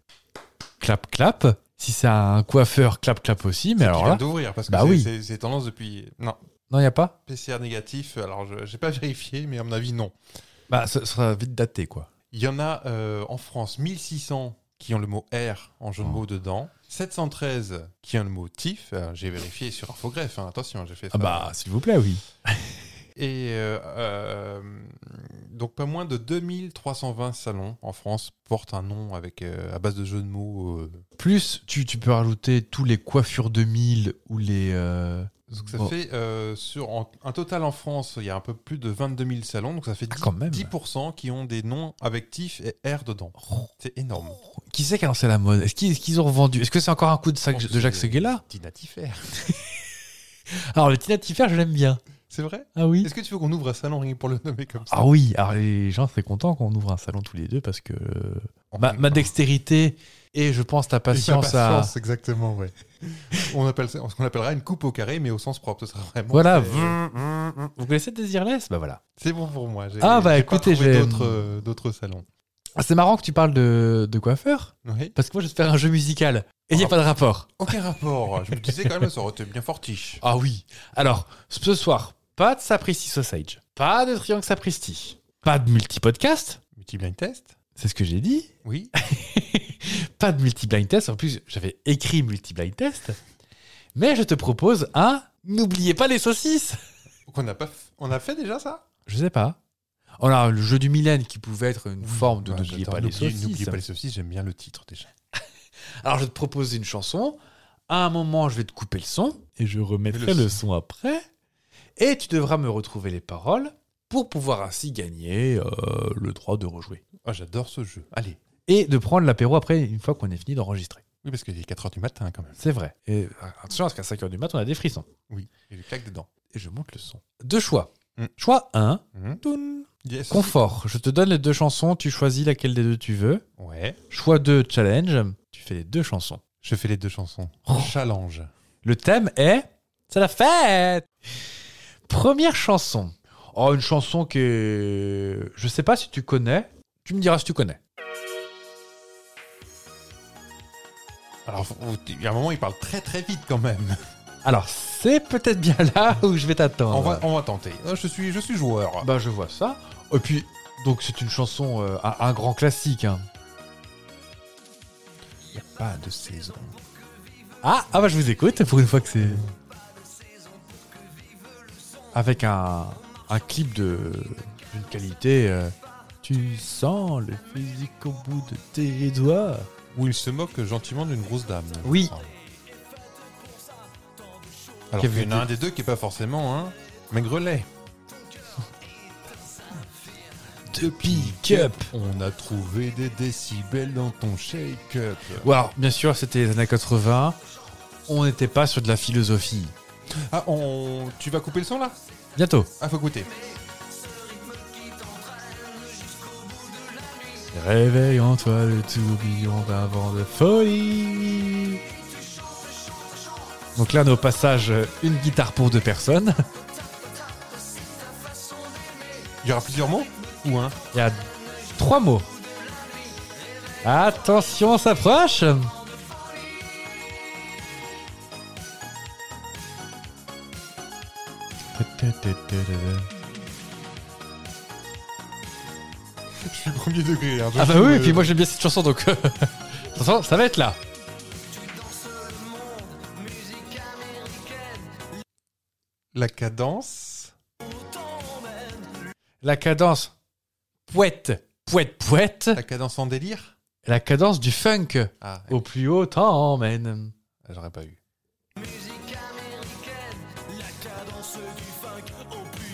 D: clap, clap. Si c'est un coiffeur, clap, clap aussi.
E: Qui
D: Mais alors
E: vient
D: là.
E: d'ouvrir parce que
D: Bah
E: c'est-
D: oui.
E: c'est c'est tendance depuis. Non.
D: Non, il n'y a pas
E: PCR négatif. Alors je j'ai pas vérifié, mais à mon avis non.
D: Bah, ce sera vite daté, quoi.
E: Il y en a euh, en France 1600 qui ont le mot R en
D: Oh.
E: jeu de mots dedans. 713 qui ont le mot TIF. Euh, J'ai vérifié sur Infogreffe. hein. Attention, j'ai fait ça.
D: Ah, bah, s'il vous plaît, oui.
E: Et euh, euh, donc pas moins de 2320 salons en France portent un nom avec euh, à base de jeux de mots. euh.
D: Plus, tu, tu peux rajouter tous les coiffures 2000 ou les. euh,
E: donc ça
D: bon,
E: fait euh, sur en- un total en France, il y a un peu plus de 22 000 salons. Donc ça fait
D: Ah,
E: 10,
D: quand même.
E: 10% qui ont des noms avec TIF et R dedans. C'est énorme.
D: Qui c'est qui a lancé la mode Est-ce qu'ils est-ce qu'ils ont revendu Est-ce que c'est encore un coup de, sac- de Jacques Seguela
E: Tina Tiffer.
D: Alors, le Tina Tiffer, je l'aime bien.
E: C'est vrai
D: Ah oui
E: Est-ce que tu veux qu'on ouvre un salon rien que pour le nommer comme ça
D: Ah oui Alors, les gens seraient contents qu'on ouvre un salon tous les deux parce que. euh, Ma, ma
E: Et
D: dextérité et, je pense, ta
E: ma
D: Ah, patience hein. à.
E: patience, exactement, ouais. on appelle ça, ce qu'on appellera une coupe au carré, mais au sens propre. Ce sera vraiment.
D: Voilà.
E: très- euh,
D: Vous connaissez Désirless Bah voilà.
E: C'est bon pour moi. j'ai-
D: Ah, bah,
E: j'ai pas
D: écoutez,
E: trouvé
D: j'ai-
E: d'autres euh, d'autres salons.
D: Ah, C'est marrant que tu parles de, de coiffeur
E: Oui.
D: parce que moi, je vais te faire un jeu musical et il n'y a
E: Ah.
D: pas de rapport.
E: Aucun rapport. Je me disais quand même, ça aurait été bien fortiche.
D: Ah oui. Alors, ce soir, pas de Sapristi Sausage, pas de Triangle Sapristi, pas de multi-podcast,
E: Multi-blind test.
D: c'est ce que j'ai dit,
E: Oui.
D: pas de multi-blind test, en plus j'avais écrit multi-blind test, mais je te propose un N'oubliez pas les saucisses
E: Donc on a pas, f- on a fait déjà ça.
D: Je sais pas. Oh là, le jeu du Mylène qui pouvait être une forme de
E: Ouais,
D: N'oubliez
E: Bah, j'adore.
D: pas les
E: N'oubliez- N'oubliez
D: saucisses.
E: pas les saucisses. J'aime bien le titre déjà.
D: Alors je vais te propose une chanson, à un moment je vais te couper le son, et je remettrai
E: Mais le
D: le son après, et tu devras me retrouver les paroles pour pouvoir ainsi gagner euh, le droit de rejouer.
E: Ah, j'adore ce jeu. Allez.
D: et de prendre l'apéro après une fois qu'on est fini d'enregistrer.
E: Oui, parce qu'il est 4h du matin quand même.
D: C'est vrai. Et attention, parce qu'à 5h du matin, on a des frissons.
E: Oui. Et je claque dedans.
D: Et je monte le son. Deux choix.
E: Mm.
D: Choix 1,
E: Hum. Yes.
D: confort. Je te donne les deux chansons, tu choisis laquelle des deux tu veux.
E: Ouais.
D: Choix 2, challenge. Tu fais les deux chansons.
E: Je fais les deux chansons.
D: Oh.
E: Challenge.
D: Le thème est C'est la fête Première chanson. Oh, une chanson que je sais pas si tu connais. Tu me diras si tu connais.
E: Alors, faut- faut- il y a un moment, il parle très très vite quand même.
D: Alors, c'est peut-être bien là où je vais t'attendre.
E: On, va, on va tenter. Ah, Je suis, je suis joueur.
D: Bah je vois ça. Et puis, donc c'est une chanson, euh, un, un grand classique. hein.
E: Il n'y a pas de saison.
D: Ah, ah bah je vous écoute pour une fois que c'est... Avec un, un clip de d'une qualité... euh, tu sens le physique au bout de tes doigts.
E: Où il se moque gentiment d'une grosse dame. Ah.
D: Oui.
E: Alors
D: Qui avait
E: qu'il y en a
D: été-
E: un des deux qui est pas forcément, hein. Mais Grelet.
D: Depuis Cup.
E: On a trouvé des décibels dans ton shake-up.
D: Ou alors, bien sûr, c'était les années 80. On n'était pas sur de la philosophie.
E: Ah, on... tu vas couper le son là
D: Bientôt.
E: Ah, faut goûter.
D: Réveille en toi le tourbillon d'un vent de folie. Donc là, nos passages, euh, une guitare pour deux personnes.
E: Il y aura plusieurs mots Ou un
D: Il y a trois mots. Attention, on s'approche.
E: Je suis premier degré. hein.
D: Ah bah
E: Je-
D: oui,
E: euh,
D: et puis moi j'aime bien cette chanson, donc euh, attention, ça va être là.
E: La cadence.
D: La cadence pouette, pouette, pouette.
E: La cadence en délire
D: La cadence du funk
E: Ah,
D: au plus haut temps, man.
E: j'aurais pas eu.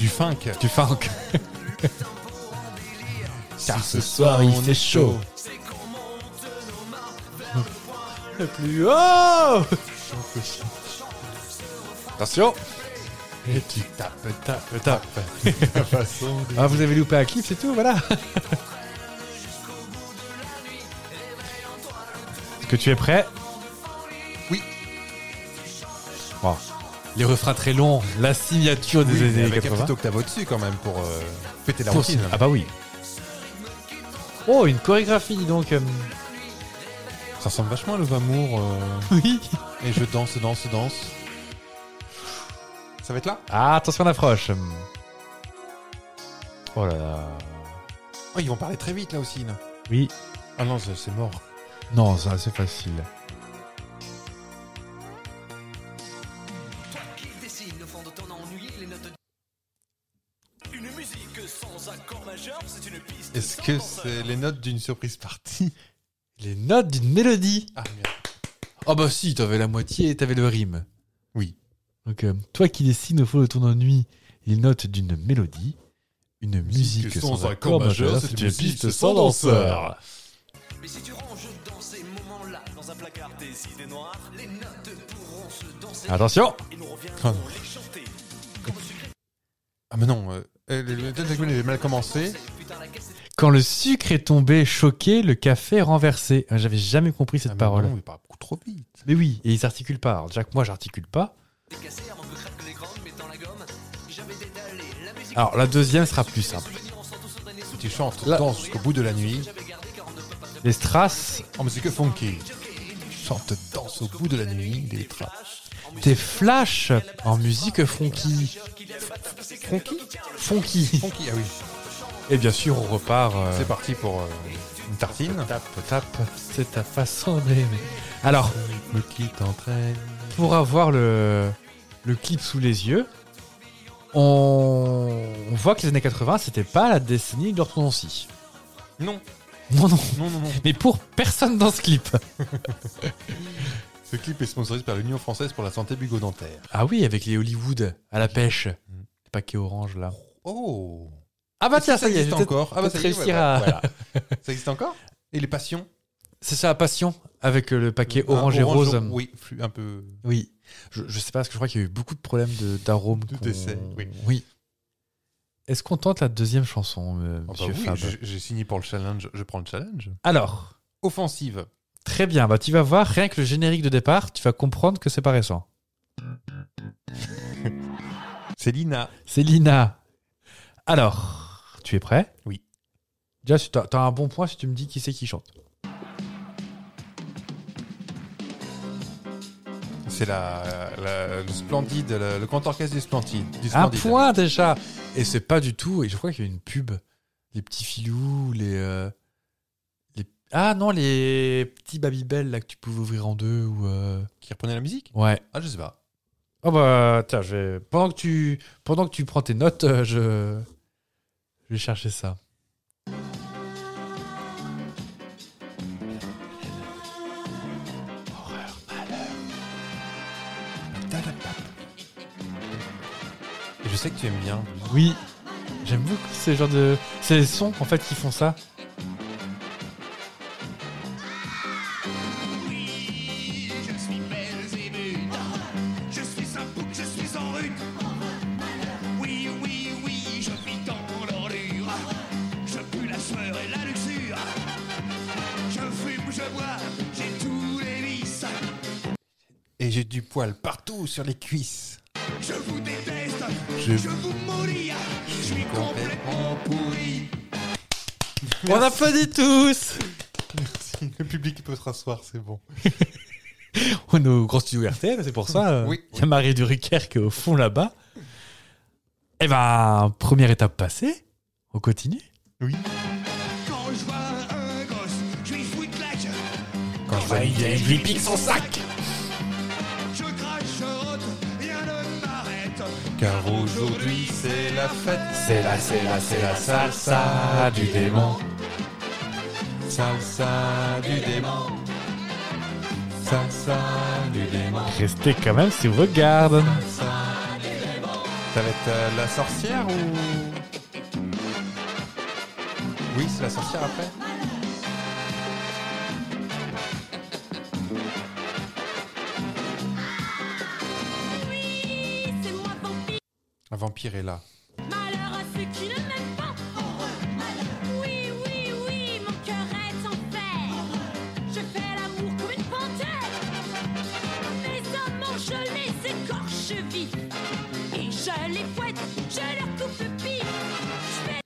E: Du funk.
D: Du funk. Car ce soir, il
E: on
D: fait
E: est
D: chaud. Le plus haut Attention
E: Et tu tapes, tapes,
D: Tape.
E: tapes. La façon de-
D: Ah, vous avez loupé un clip, c'est tout, voilà Est-ce que tu es prêt
E: Oui.
D: Wow. Les refrains très longs, la signature des
E: Oui, mais
D: années
E: avec un
D: 80.
E: petit octave au-dessus quand même pour euh, péter la
D: Pour-
E: routine.
D: Ah bah oui. Oh, une chorégraphie, dis donc. euh,
E: Ça ressemble vachement à Love Amour. euh,
D: Oui.
E: et je danse, danse, danse. Ça va être là
D: Ah, attention à l'approche. Oh là là.
E: Oh, ils vont parler très vite là aussi. là.
D: Oui.
E: Ah non, c'est c'est mort.
D: Non, ça, c'est facile.
E: Est-ce que c'est les notes d'une surprise partie
D: Les notes d'une mélodie.
E: Ah merde.
D: Ah bah si, t'avais la moitié et t'avais le rime.
E: Oui.
D: Donc, euh, toi qui dessines au fond de ton ennui les notes d'une mélodie, une musique, sans, accord majeur, c'est une piste sans danseur.
J: Mais si tu ranges dans ces moments-là, dans un placard des idées noires, les notes pourront se danser
D: Attention
J: et nous
E: Ah
J: reviendrons
E: non.
J: les chanter.
E: Ah mais non, euh, euh, le- le Delta Queen avait mal commencé.
D: Quand le sucre est tombé, choqué, le café renversé. Ah, J'avais jamais compris cette
E: Ah, mais
D: parole.
E: Non, il parle beaucoup trop vite.
D: Mais oui, et ils s'articulent pas. Alors, déjà que moi, j'articule pas.
J: Des cassés avant que craquent les grandes, mettant la gomme. J'avais détalé la musique.
D: Alors, la deuxième sera plus simple.
E: Tu chantes,
D: Là-
E: danse jusqu'au bout de la nuit. Oh,
D: Les strass,
E: En musique funky. Chante, danse au bout de la nuit. Des traces.
D: tes flashs en musique funky.
E: Funky
D: Funky.
E: Funky, ah oui.
D: Et bien sûr, on repart. euh,
E: C'est parti pour euh, une tartine.
D: Tape, tape, c'est ta façon d'aimer. Alors,
E: Le qui t'entraîne.
D: pour avoir le, le clip sous les yeux, on, on voit que les années 80, c'était pas la décennie de l'orthodontie.
E: Non,
D: Non, non.
E: non, non, non.
D: Mais pour personne dans ce clip.
E: Ce clip est sponsorisé par l'Union Française pour la Santé Bucco-Dentaire.
D: Ah oui, avec les Hollywood à la pêche. Le paquet orange, là.
E: Oh
D: Ah bah
E: Est-ce
D: tiens,
E: que
D: ça y est,
E: existe
D: j'étais-
E: encore. Ah bah ça y est,
D: réussir
E: voilà,
D: à-
E: voilà. Ça existe encore Et les passions
D: c'est ça, Passion, avec euh, le paquet
E: Un
D: orange et rose.
E: Ah, Oui, plus- un peu.
D: Oui. Je, je sais pas, parce que je crois qu'il y a eu beaucoup de problèmes de- d'arômes.
E: De
D: qu'on-
E: décès, oui.
D: Est-ce qu'on tente la deuxième chanson, euh,
E: Ah bah
D: monsieur
E: oui,
D: Fab
E: j'ai- j'ai signé pour le challenge. Je prends le challenge.
D: Alors,
E: Offensive.
D: Très bien, bah tu vas voir, rien que le générique de départ, tu vas comprendre que c'est pas récent.
E: C'est Lina.
D: C'est Lina. Alors, tu es prêt
E: Oui.
D: Déjà, si t'as t'as un bon point si tu me dis qui c'est qui chante.
E: C'est la, la- le splendide, le, le grand orchestre du splendide. du
D: Un
E: splendide.
D: point déjà Et c'est pas du tout, et je crois qu'il y a une pub. Les petits filous, les. euh, les- Ah non, les petits Babybel là que tu pouvais ouvrir en deux ou. euh,
E: Qui reprenait la musique
D: Ouais.
E: Ah, je sais pas.
D: Oh bah, tiens, je vais. Pendant que tu, pendant que tu prends tes notes, euh, je. Je vais chercher ça.
E: Et je sais que tu aimes bien.
D: Oui, j'aime beaucoup ces genres de. C'est les sons en fait qui font ça.
J: Je suis un bouc, je suis en rue. Oui, oui, oui, je vis dans l'ordure. Je pue la sueur et la luxure. Je fume, je bois, j'ai tous les vices.
E: Et j'ai du poil partout sur les cuisses.
J: Je vous déteste,
E: Je-
J: je vous maudis. Je suis complètement pourri.
D: On applaudit tous
E: le public peut se rasseoir, c'est bon.
D: On est au grand studio RTL, c'est pour ça. euh,
E: Oui.
D: Il y a Marie Duricker qui est au fond là-bas. Eh ben, première étape passée, on continue.
J: Quand je vois un gosse, je lui fous une claque.
E: Quand
D: Bah,
E: je vois une vieille, je lui pique son sac.
J: Je crache, je rote, rien ne m'arrête.
E: Car aujourd'hui, c'est la fête.
D: C'est là, c'est là, c'est la salsa du démon.
E: Salsa du démon. Salsa du démon.
D: Restez quand même sur vos gardes.
E: Ça va être euh, la sorcière ou. Hmm. Oui, c'est la sorcière après
I: C'est moi vampire,
E: Un vampire est là.
I: malheur à ceux qui ne m'aiment pas. Oui, oui, oui, mon cœur est en paix. Je fais l'amour comme une panthère. Mes amants, je les écorche vif. Et je les fouette, je leur coupe le pif. Je fais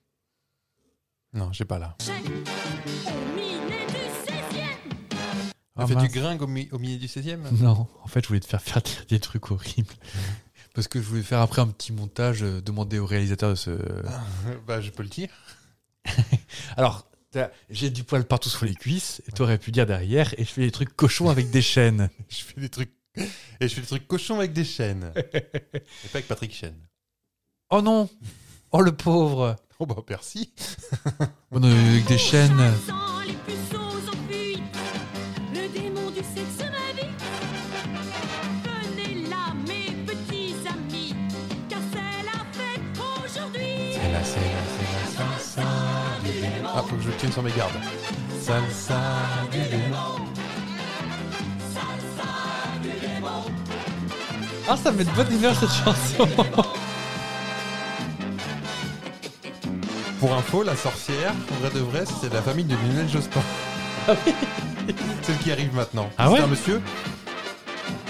E: Non, j'ai pas là.
I: chaîne au milieu du 16e.
E: Elle
D: Ah,
E: fait
D: mince.
E: du gringue au, mi- au milieu du 16e
D: Non, en fait, je voulais te faire faire des, des trucs horribles. Parce que je voulais faire après un petit montage, euh, demander au réalisateur de se.
E: Bah, je peux le dire.
D: Alors, t'as- j'ai du poil partout sur les cuisses, et t'aurais pu dire derrière, et je fais des trucs cochons avec des chaînes.
E: Je fais des trucs. Et je fais des trucs cochons avec des chaînes. Et pas avec Patrick Chaîne.
D: Oh non Oh le pauvre
E: Oh bah merci.
D: On est avec des chaînes.
I: Chassant les puceaux en fuite, le démon du sexe m'invite. Venez là, mes petits amis, car c'est la fête aujourd'hui.
E: C'est la, c'est la, c'est la salsa du démon. Ah, faut que je le tienne sur mes gardes. Salsa du démon.
D: Ah, ça met de bonne humeur cette chanson
E: Pour info, la sorcière, en vrai de vrai, c'est de la famille de Lionel Jospin. Celle qui arrive maintenant.
D: Ah
E: c'est
D: ouais
E: un monsieur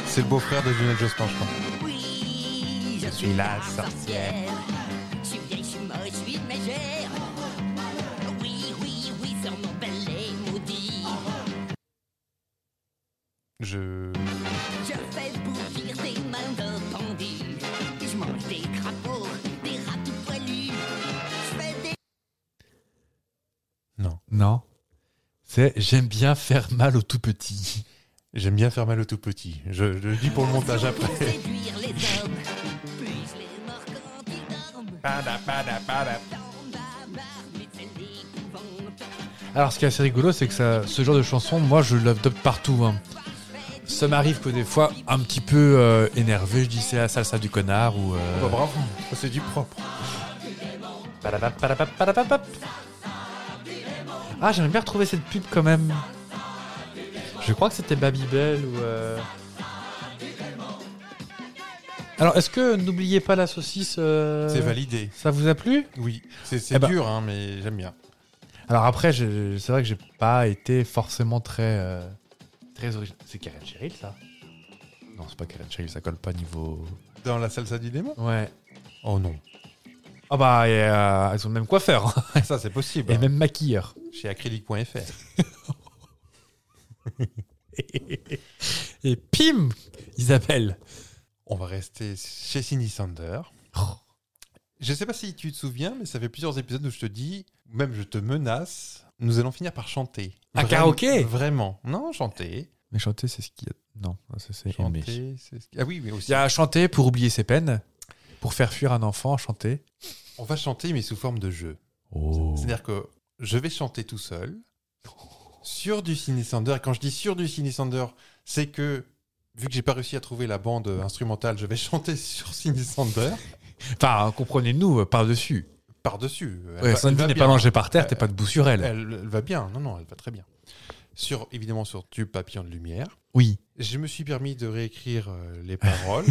E: C'est le beau-frère de Lionel Jospin, je crois.
I: Oui, je
E: suis la sorcière.
I: Je suis vieille, je suis moche, je suis légère. Oui, oui, oui, sur mon balai maudit.
E: Je.
I: Je fais bouillir des mains de bandits. Je mange des crapauds, des rats tout poilus. Je fais des
D: Non. C'est j'aime bien faire mal aux tout petits.
E: J'aime bien faire mal au tout petit. Je, je le dis pour le montage
I: pour
E: après.
I: séduire les hommes. Puis je les mords quand ils dorment.
E: Pada, pada, pada.
I: Dans ma barbe, mais c'est l'épouvante.
D: Alors, ce qui est assez rigolo, c'est que ça, ce genre de chanson, moi, je l'adopte partout. hein. Ça m'arrive que des fois, un petit peu euh, énervé, je dis c'est la salsa du connard ou. euh,
E: Oh, bravo, c'est du propre.
D: Padapap, padapap, padapapap. Ah, j'aimerais bien retrouver cette pub quand même. Je crois que c'était Babybel ou. euh, Alors, est-ce que n'oubliez pas la saucisse euh,
E: C'est validé.
D: Ça vous a plu
E: Oui, c'est c'est
D: Eh ben-
E: dur, hein, mais j'aime bien.
D: Alors après, je- je- c'est vrai que j'ai pas été forcément très euh, très original. C'est Karen Cheryl ça Non, c'est pas Karen Cheryl, ça colle pas niveau.
E: Dans la salsa du démon
D: Ouais.
E: Oh non.
D: Ah bah, et, euh, elles ont le même coiffeur hein,
E: Ça, c'est possible.
D: et même maquilleur.
E: Chez acrylique.fr.
D: Et pim, Isabelle.
E: On va rester chez Cindy Sander. Je sais pas si tu te souviens, mais ça fait plusieurs épisodes où je te dis, même je te menace, nous allons finir par chanter.
D: Un
E: Vraim-
D: karaoké
E: Vraiment. Non, chanter.
D: Mais chanter, c'est ce qu'il y a. Non, ça, c'est aimer.
E: Chanter, c'est ce qui- Ah oui, mais
D: Il
E: aussi.
D: y a chanter pour oublier ses peines, pour faire fuir un enfant, chanter.
E: On va chanter, mais sous forme de jeu.
D: Oh.
E: C'est-à-dire que je vais chanter tout seul sur du Ciné Sander. Et quand je dis sur du Ciné Sander, c'est que vu que j'ai pas réussi à trouver la bande instrumentale, je vais chanter sur Ciné Sander
D: Enfin, comprenez-nous, euh, par-dessus.
E: par-dessus. Elle
D: Ouais, bah,
E: va- elle
D: Sandy
E: va
D: n'est
E: bien.
D: pas langée par terre,
E: Euh,
D: t'es pas debout sur elle.
E: Elle, elle va bien. Non, non, elle va très bien. Sur, évidemment, sur Tube Papillon de Lumière.
D: Oui.
E: Je me suis permis de réécrire euh, les paroles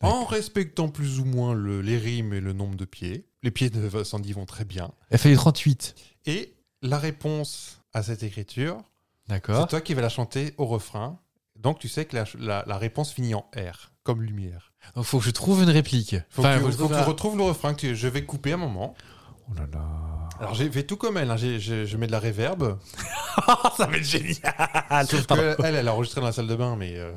E: en respectant plus ou moins le- les rimes et le nombre de pieds. Les pieds de Sandy vont très bien.
D: Elle fait les 38.
E: Et la réponse à cette écriture,
D: D'accord.
E: C'est toi qui vas la chanter au refrain. Donc tu sais que la, la- la réponse finit en R, comme lumière.
D: Donc faut que je trouve une réplique.
E: Faut
D: Enfin,
E: que, tu, faut que
D: faut trouver
E: tu
D: un-
E: retrouves le refrain que tu- je vais couper un moment.
D: Oh là là.
E: Alors j'ai fait tout comme elle, hein. J'ai- je, je mets de la réverb.
D: ça va être génial.
E: Sauf qu'elle, elle, elle a enregistré dans la salle de bain, mais... euh,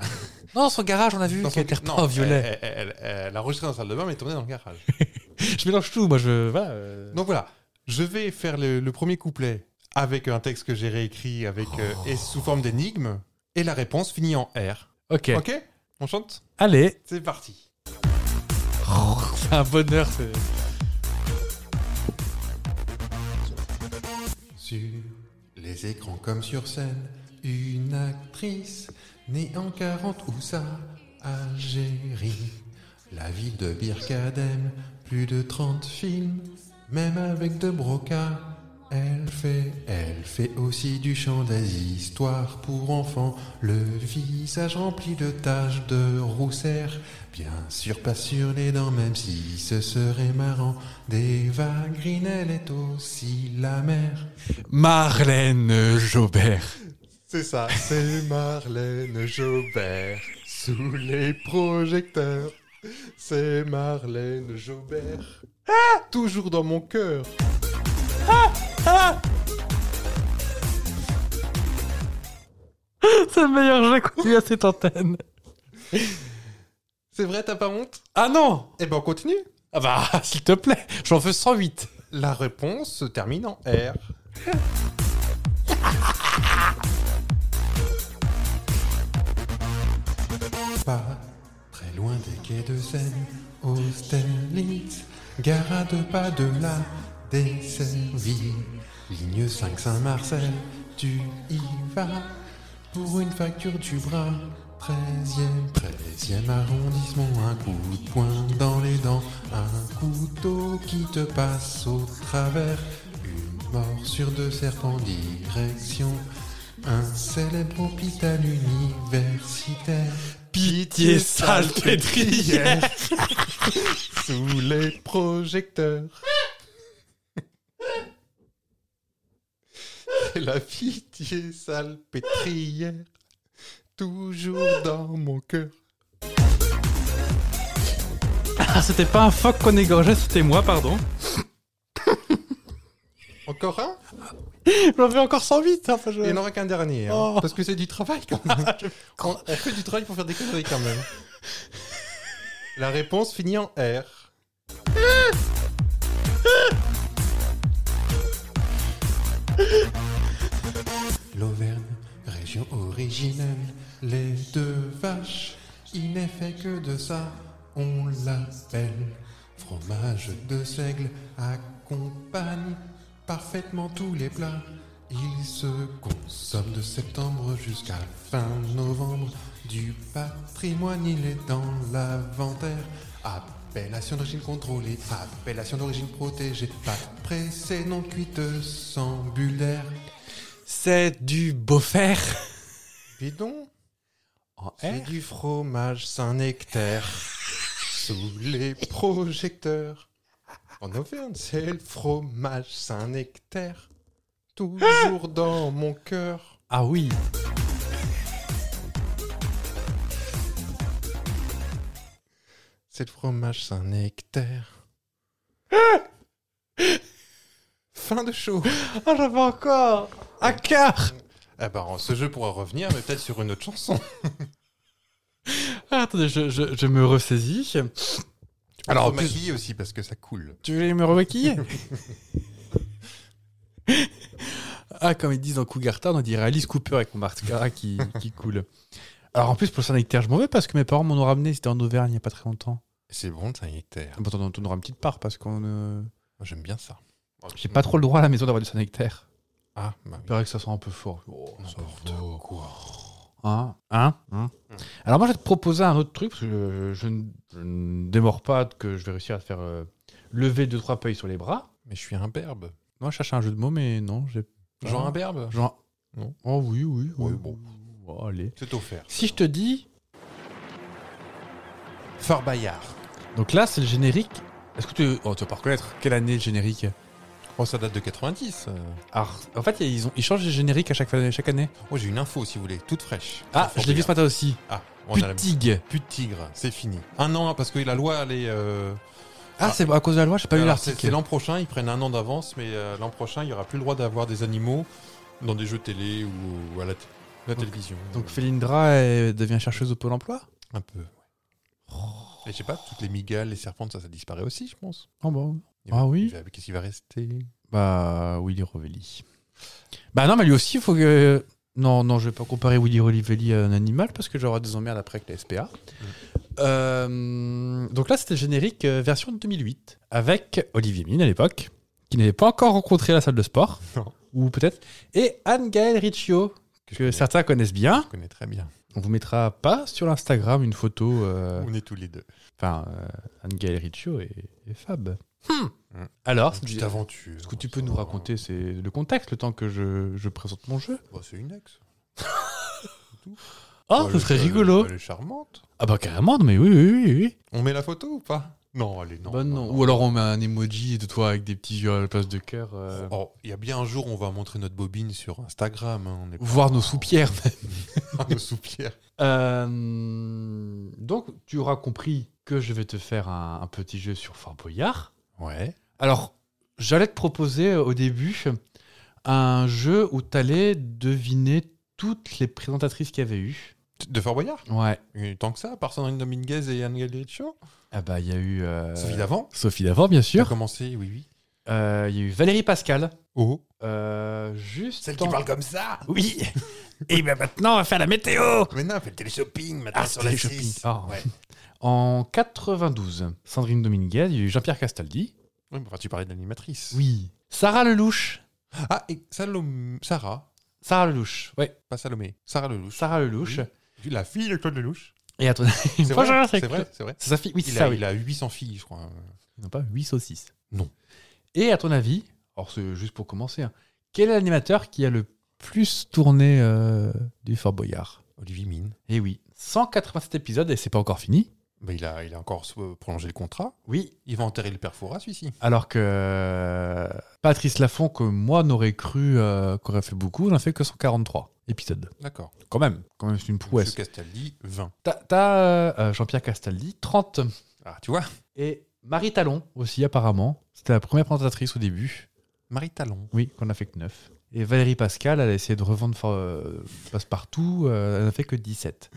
D: Non, son garage, on a vu
E: dans son-
D: qu'elle était
E: non,
D: repeint en violet.
E: Elle, elle- elle- elle a enregistré dans la salle de bain, mais est tournée dans le garage.
D: Je mélange tout, moi je. voilà, euh.
E: Donc voilà, je vais faire le, le premier couplet avec un texte que j'ai réécrit avec, euh, et sous forme d'énigme, et la réponse finit en R.
D: Ok.
E: Ok On chante
D: Allez.
E: C'est parti.
D: Oh, c'est un bonheur. c'est-
E: Sur les écrans comme sur scène, une actrice née en 40 ou ça, Algérie. La ville de Birkadem, plus de 30 films, même avec de Broca, Elle fait, elle fait aussi du chant des histoires pour enfants, le visage rempli de taches de rousseur. Bien sûr, pas sur les dents, même si ce serait marrant. Des vagrines, elle est aussi la mère.
D: Marlène Jobert.
E: C'est ça, c'est Marlène Jobert sous les projecteurs. C'est Marlène Jobert. Ah Toujours dans mon cœur.
D: C'est le meilleur jeu qu'on a eu à cette antenne.
E: C'est vrai, t'as pas honte
D: Ah non
E: Eh ben, on continue.
D: Ah bah, s'il te plaît, j'en veux 108.
E: La réponse se termine en R. Pas très loin des quais de Seine, Austerlitz, gare à deux pas de la desservie. Ligne 5 Saint-Marcel, tu y vas pour une facture du bras. 13e, 13e arrondissement, un coup de poing dans les dents, un couteau qui te passe au travers, une morsure de serpent direction, un célèbre hôpital universitaire.
D: Pitié, sale pétrière.
E: Sous les projecteurs. C'est la pitié salpêtrière, toujours dans mon cœur.
D: Ah, c'était pas un phoque qu'on égorgeait, c'était moi, pardon.
E: Encore un
D: J'en veux encore 108. Enfin,
E: Et il
D: je...
E: n'y en aura qu'un dernier. hein,
D: Oh. Ah,
E: Parce que c'est du travail quand même. on, on fait du travail pour faire des conneries quand même. La réponse finit en R. L'Auvergne, région originelle, les deux vaches, il n'est fait que de ça, on l'appelle. Fromage de seigle accompagne parfaitement tous les plats. Il se consomme de septembre jusqu'à fin novembre. Du patrimoine, il est dans l'inventaire. Appellation d'origine contrôlée, appellation d'origine protégée, pas pressée, non cuite, sans bullaire.
D: C'est du beau fer.
E: Bidon
D: En
E: C'est du fromage Saint-Nectaire sous les projecteurs. En Auvergne, c'est le fromage Saint-Nectaire toujours dans mon cœur.
D: Ah oui.
E: C'est le fromage Saint-Nectaire. fin de show.
D: Ah, j'en veux encore. À quart.
E: Ah bah, ce jeu pourra revenir, mais peut-être sur une autre chanson.
D: Ah, attendez, je, je, je me ressaisis. Alors,
E: Alors,
D: en plus-
E: maquiller aussi parce que ça coule.
D: Tu voulais me remaquiller Ah, comme ils disent dans Cougartown, on dirait Alice Cooper avec mon mascara qui, qui coule. Alors en plus, pour le Saint-Nectaire, je m'en vais parce que mes parents m'en ont ramené, c'était en Auvergne il n'y a pas très longtemps.
E: C'est bon, le Saint-Nectaire.
D: Bon, t'en t'en auras une petite part parce qu'on. euh,
E: Moi, J'aime bien ça.
D: J'ai pas trop le droit à la maison d'avoir du Saint-Nectaire.
E: Ah, bah
D: Il
E: oui.
D: paraît que ça sent un peu fort. Oh,
E: N'importe quoi.
D: Hein Hein Hein Alors moi, je vais te proposer un autre truc, parce que euh, je, ne- je ne démords pas que je vais réussir à te faire euh, lever deux, trois pays sur les bras.
E: Mais je suis un berbe.
D: Non, je cherchais un jeu de mots, mais non, j'ai.
E: Genre
D: Ah.
E: un berbe
D: Genre.
E: Non.
D: Oh oui, oui,
E: Oui,
D: oui.
E: bon.
D: Oh, allez.
E: C'est offert.
D: Si je te dis.
E: Fort Bayard.
D: Donc là, c'est le générique. Est-ce que tu. Oh, tu vas pas reconnaître. Quelle année le générique
E: Oh, ça date de 90. euh.
D: Alors, en fait, ils, ont... ils changent les génériques à chaque, chaque année.
E: Oh, j'ai une info, si vous voulez, toute fraîche.
D: Ah,
E: Fort
D: je l'ai vu ce
E: Bayard.
D: matin aussi.
E: Ah,
D: Oh,
E: on a la
D: Putig.
E: plus de tigre, c'est fini. Un an, parce que la loi, elle est. euh,
D: Ah, c'est à cause de la loi, j'ai pas lu
E: alors, c'est c'est
D: l'article.
E: l'an prochain, ils prennent un an d'avance, mais euh, l'an prochain, il y aura plus le droit d'avoir des animaux dans des jeux télé ou, ou à la, t- la
D: Donc-
E: télévision.
D: Donc Felindra elle devient chercheuse au Pôle emploi
E: un peu. ouais.
D: Oh.
E: Et je sais pas, toutes les migales, les serpentes, ça, ça disparaît aussi, je pense.
D: Oh, bon.
E: Il
D: Ah
E: va-
D: oui
E: il va- Qu'est-ce qui va rester
D: Bah, Willy Rovelli. Bah non, mais lui aussi, il faut que... Non, non, je vais pas comparer Willy Rovelli à un animal, parce que j'aurai des emmerdes après avec la SPA.
E: Mm.
D: Euh, donc là, c'était le générique euh, version de 2008, avec Olivier Mine à l'époque, qui n'avait pas encore rencontré la salle de sport,
E: Non.
D: ou peut-être, et Anne-Gaëlle Riccio,
E: Que je
D: que
E: connais-
D: certains connaissent bien.
E: Je connais très bien.
D: On vous mettra pas sur Instagram une photo... euh,
E: On est tous les deux.
D: Enfin, euh, Anne-Gaëlle Riccio et, et Fab. Alors,
E: Une petite aventure.
D: ce que tu peux nous raconter, c'est le contexte, le temps que je, je présente mon jeu.
E: Bah, C'est une ex.
D: Ah,
E: Bah,
D: ce
E: elle-
D: serait
E: elle-
D: rigolo.
E: Elle est charmante.
D: Ah bah carrément, non, mais oui, oui, oui, oui.
E: On met la photo ou pas Non, allez, non.
D: Bah non. Ou alors on met un emoji de toi avec des petits yeux à la place de cœur. euh,
E: Oh, il y a bien un jour, on va montrer notre bobine sur Instagram. hein, On est pas-
D: Voir nos soupières.
E: nos soupières.
D: Euh, donc, tu auras compris que je vais te faire un, un petit jeu sur Fort Boyard.
E: Ouais.
D: Alors, j'allais te proposer euh, au début un jeu où tu allais deviner toutes les présentatrices qu'il y avait eu.
E: De Fort Boyard
D: Ouais.
E: Et Tant que ça, à part Sandrine Dominguez et Anne Gallietcho
D: Ah bah, il y a eu... euh,
E: Sophie Davant
D: Sophie Davant, bien
E: Tu as
D: sûr.
E: commencé, oui, oui.
D: Euh, Il y a eu Valérie Pascal.
E: Oh,
D: Euh, juste...
E: celle
D: en-
E: qui parle comme ça ben
D: Oui Et bien maintenant, on va faire la météo
E: Mais non, elle fait le téléshopping maintenant
D: Ah,
E: sur la
D: téléshopping.
E: 6.
D: Ah.
E: Ouais.
D: En 92, Sandrine Dominguez, il y a eu Jean-Pierre Castaldi.
E: Oui, mais enfin, tu parlais de l'animatrice.
D: Oui. Sarah Lelouch.
E: Ah, et Salom... Sarah,
D: Sarah Lelouch, ouais.
E: pas Salomé, Sarah Lelouch.
D: Sarah Lelouch.
E: La fille de Claude Lelouch.
D: Et à toi.
E: C'est vrai,
D: Bonjour,
E: c'est vrai, c'est vrai.
D: C'est sa fille Oui, c'est
E: Il,
D: ça,
E: a,
D: oui.
E: il a 800 filles, je crois.
D: Ils n'ont pas 8 saucisses.
E: Non.
D: Et à ton avis, alors c'est juste pour commencer, hein, quel est l'animateur qui a le plus tourné euh, du Fort Boyard
E: Olivier Mine.
D: Eh oui, 187 épisodes et c'est pas encore fini.
E: Bah, il, a, il a encore euh, prolongé le contrat.
D: Oui.
E: Il va enterrer le père Fouras, celui-ci.
D: Alors que euh, Patrice Laffont, que moi n'aurais cru euh, qu'aurait fait beaucoup, n'en fait que 143 épisodes.
E: D'accord.
D: Quand même. Quand même, c'est une
E: Monsieur
D: prouesse.
E: Castaldi, 20.
D: T'as- T'as euh, Jean-Pierre Castaldi, 30.
E: Ah, tu vois
D: Et Marie Talon aussi, apparemment. C'était la première présentatrice au début.
E: Marie Talon.
D: Oui, qu'on a fait que 9. Et Valérie Pascal, elle a essayé de revendre for- euh, Passepartout. euh, elle n'a fait que 17.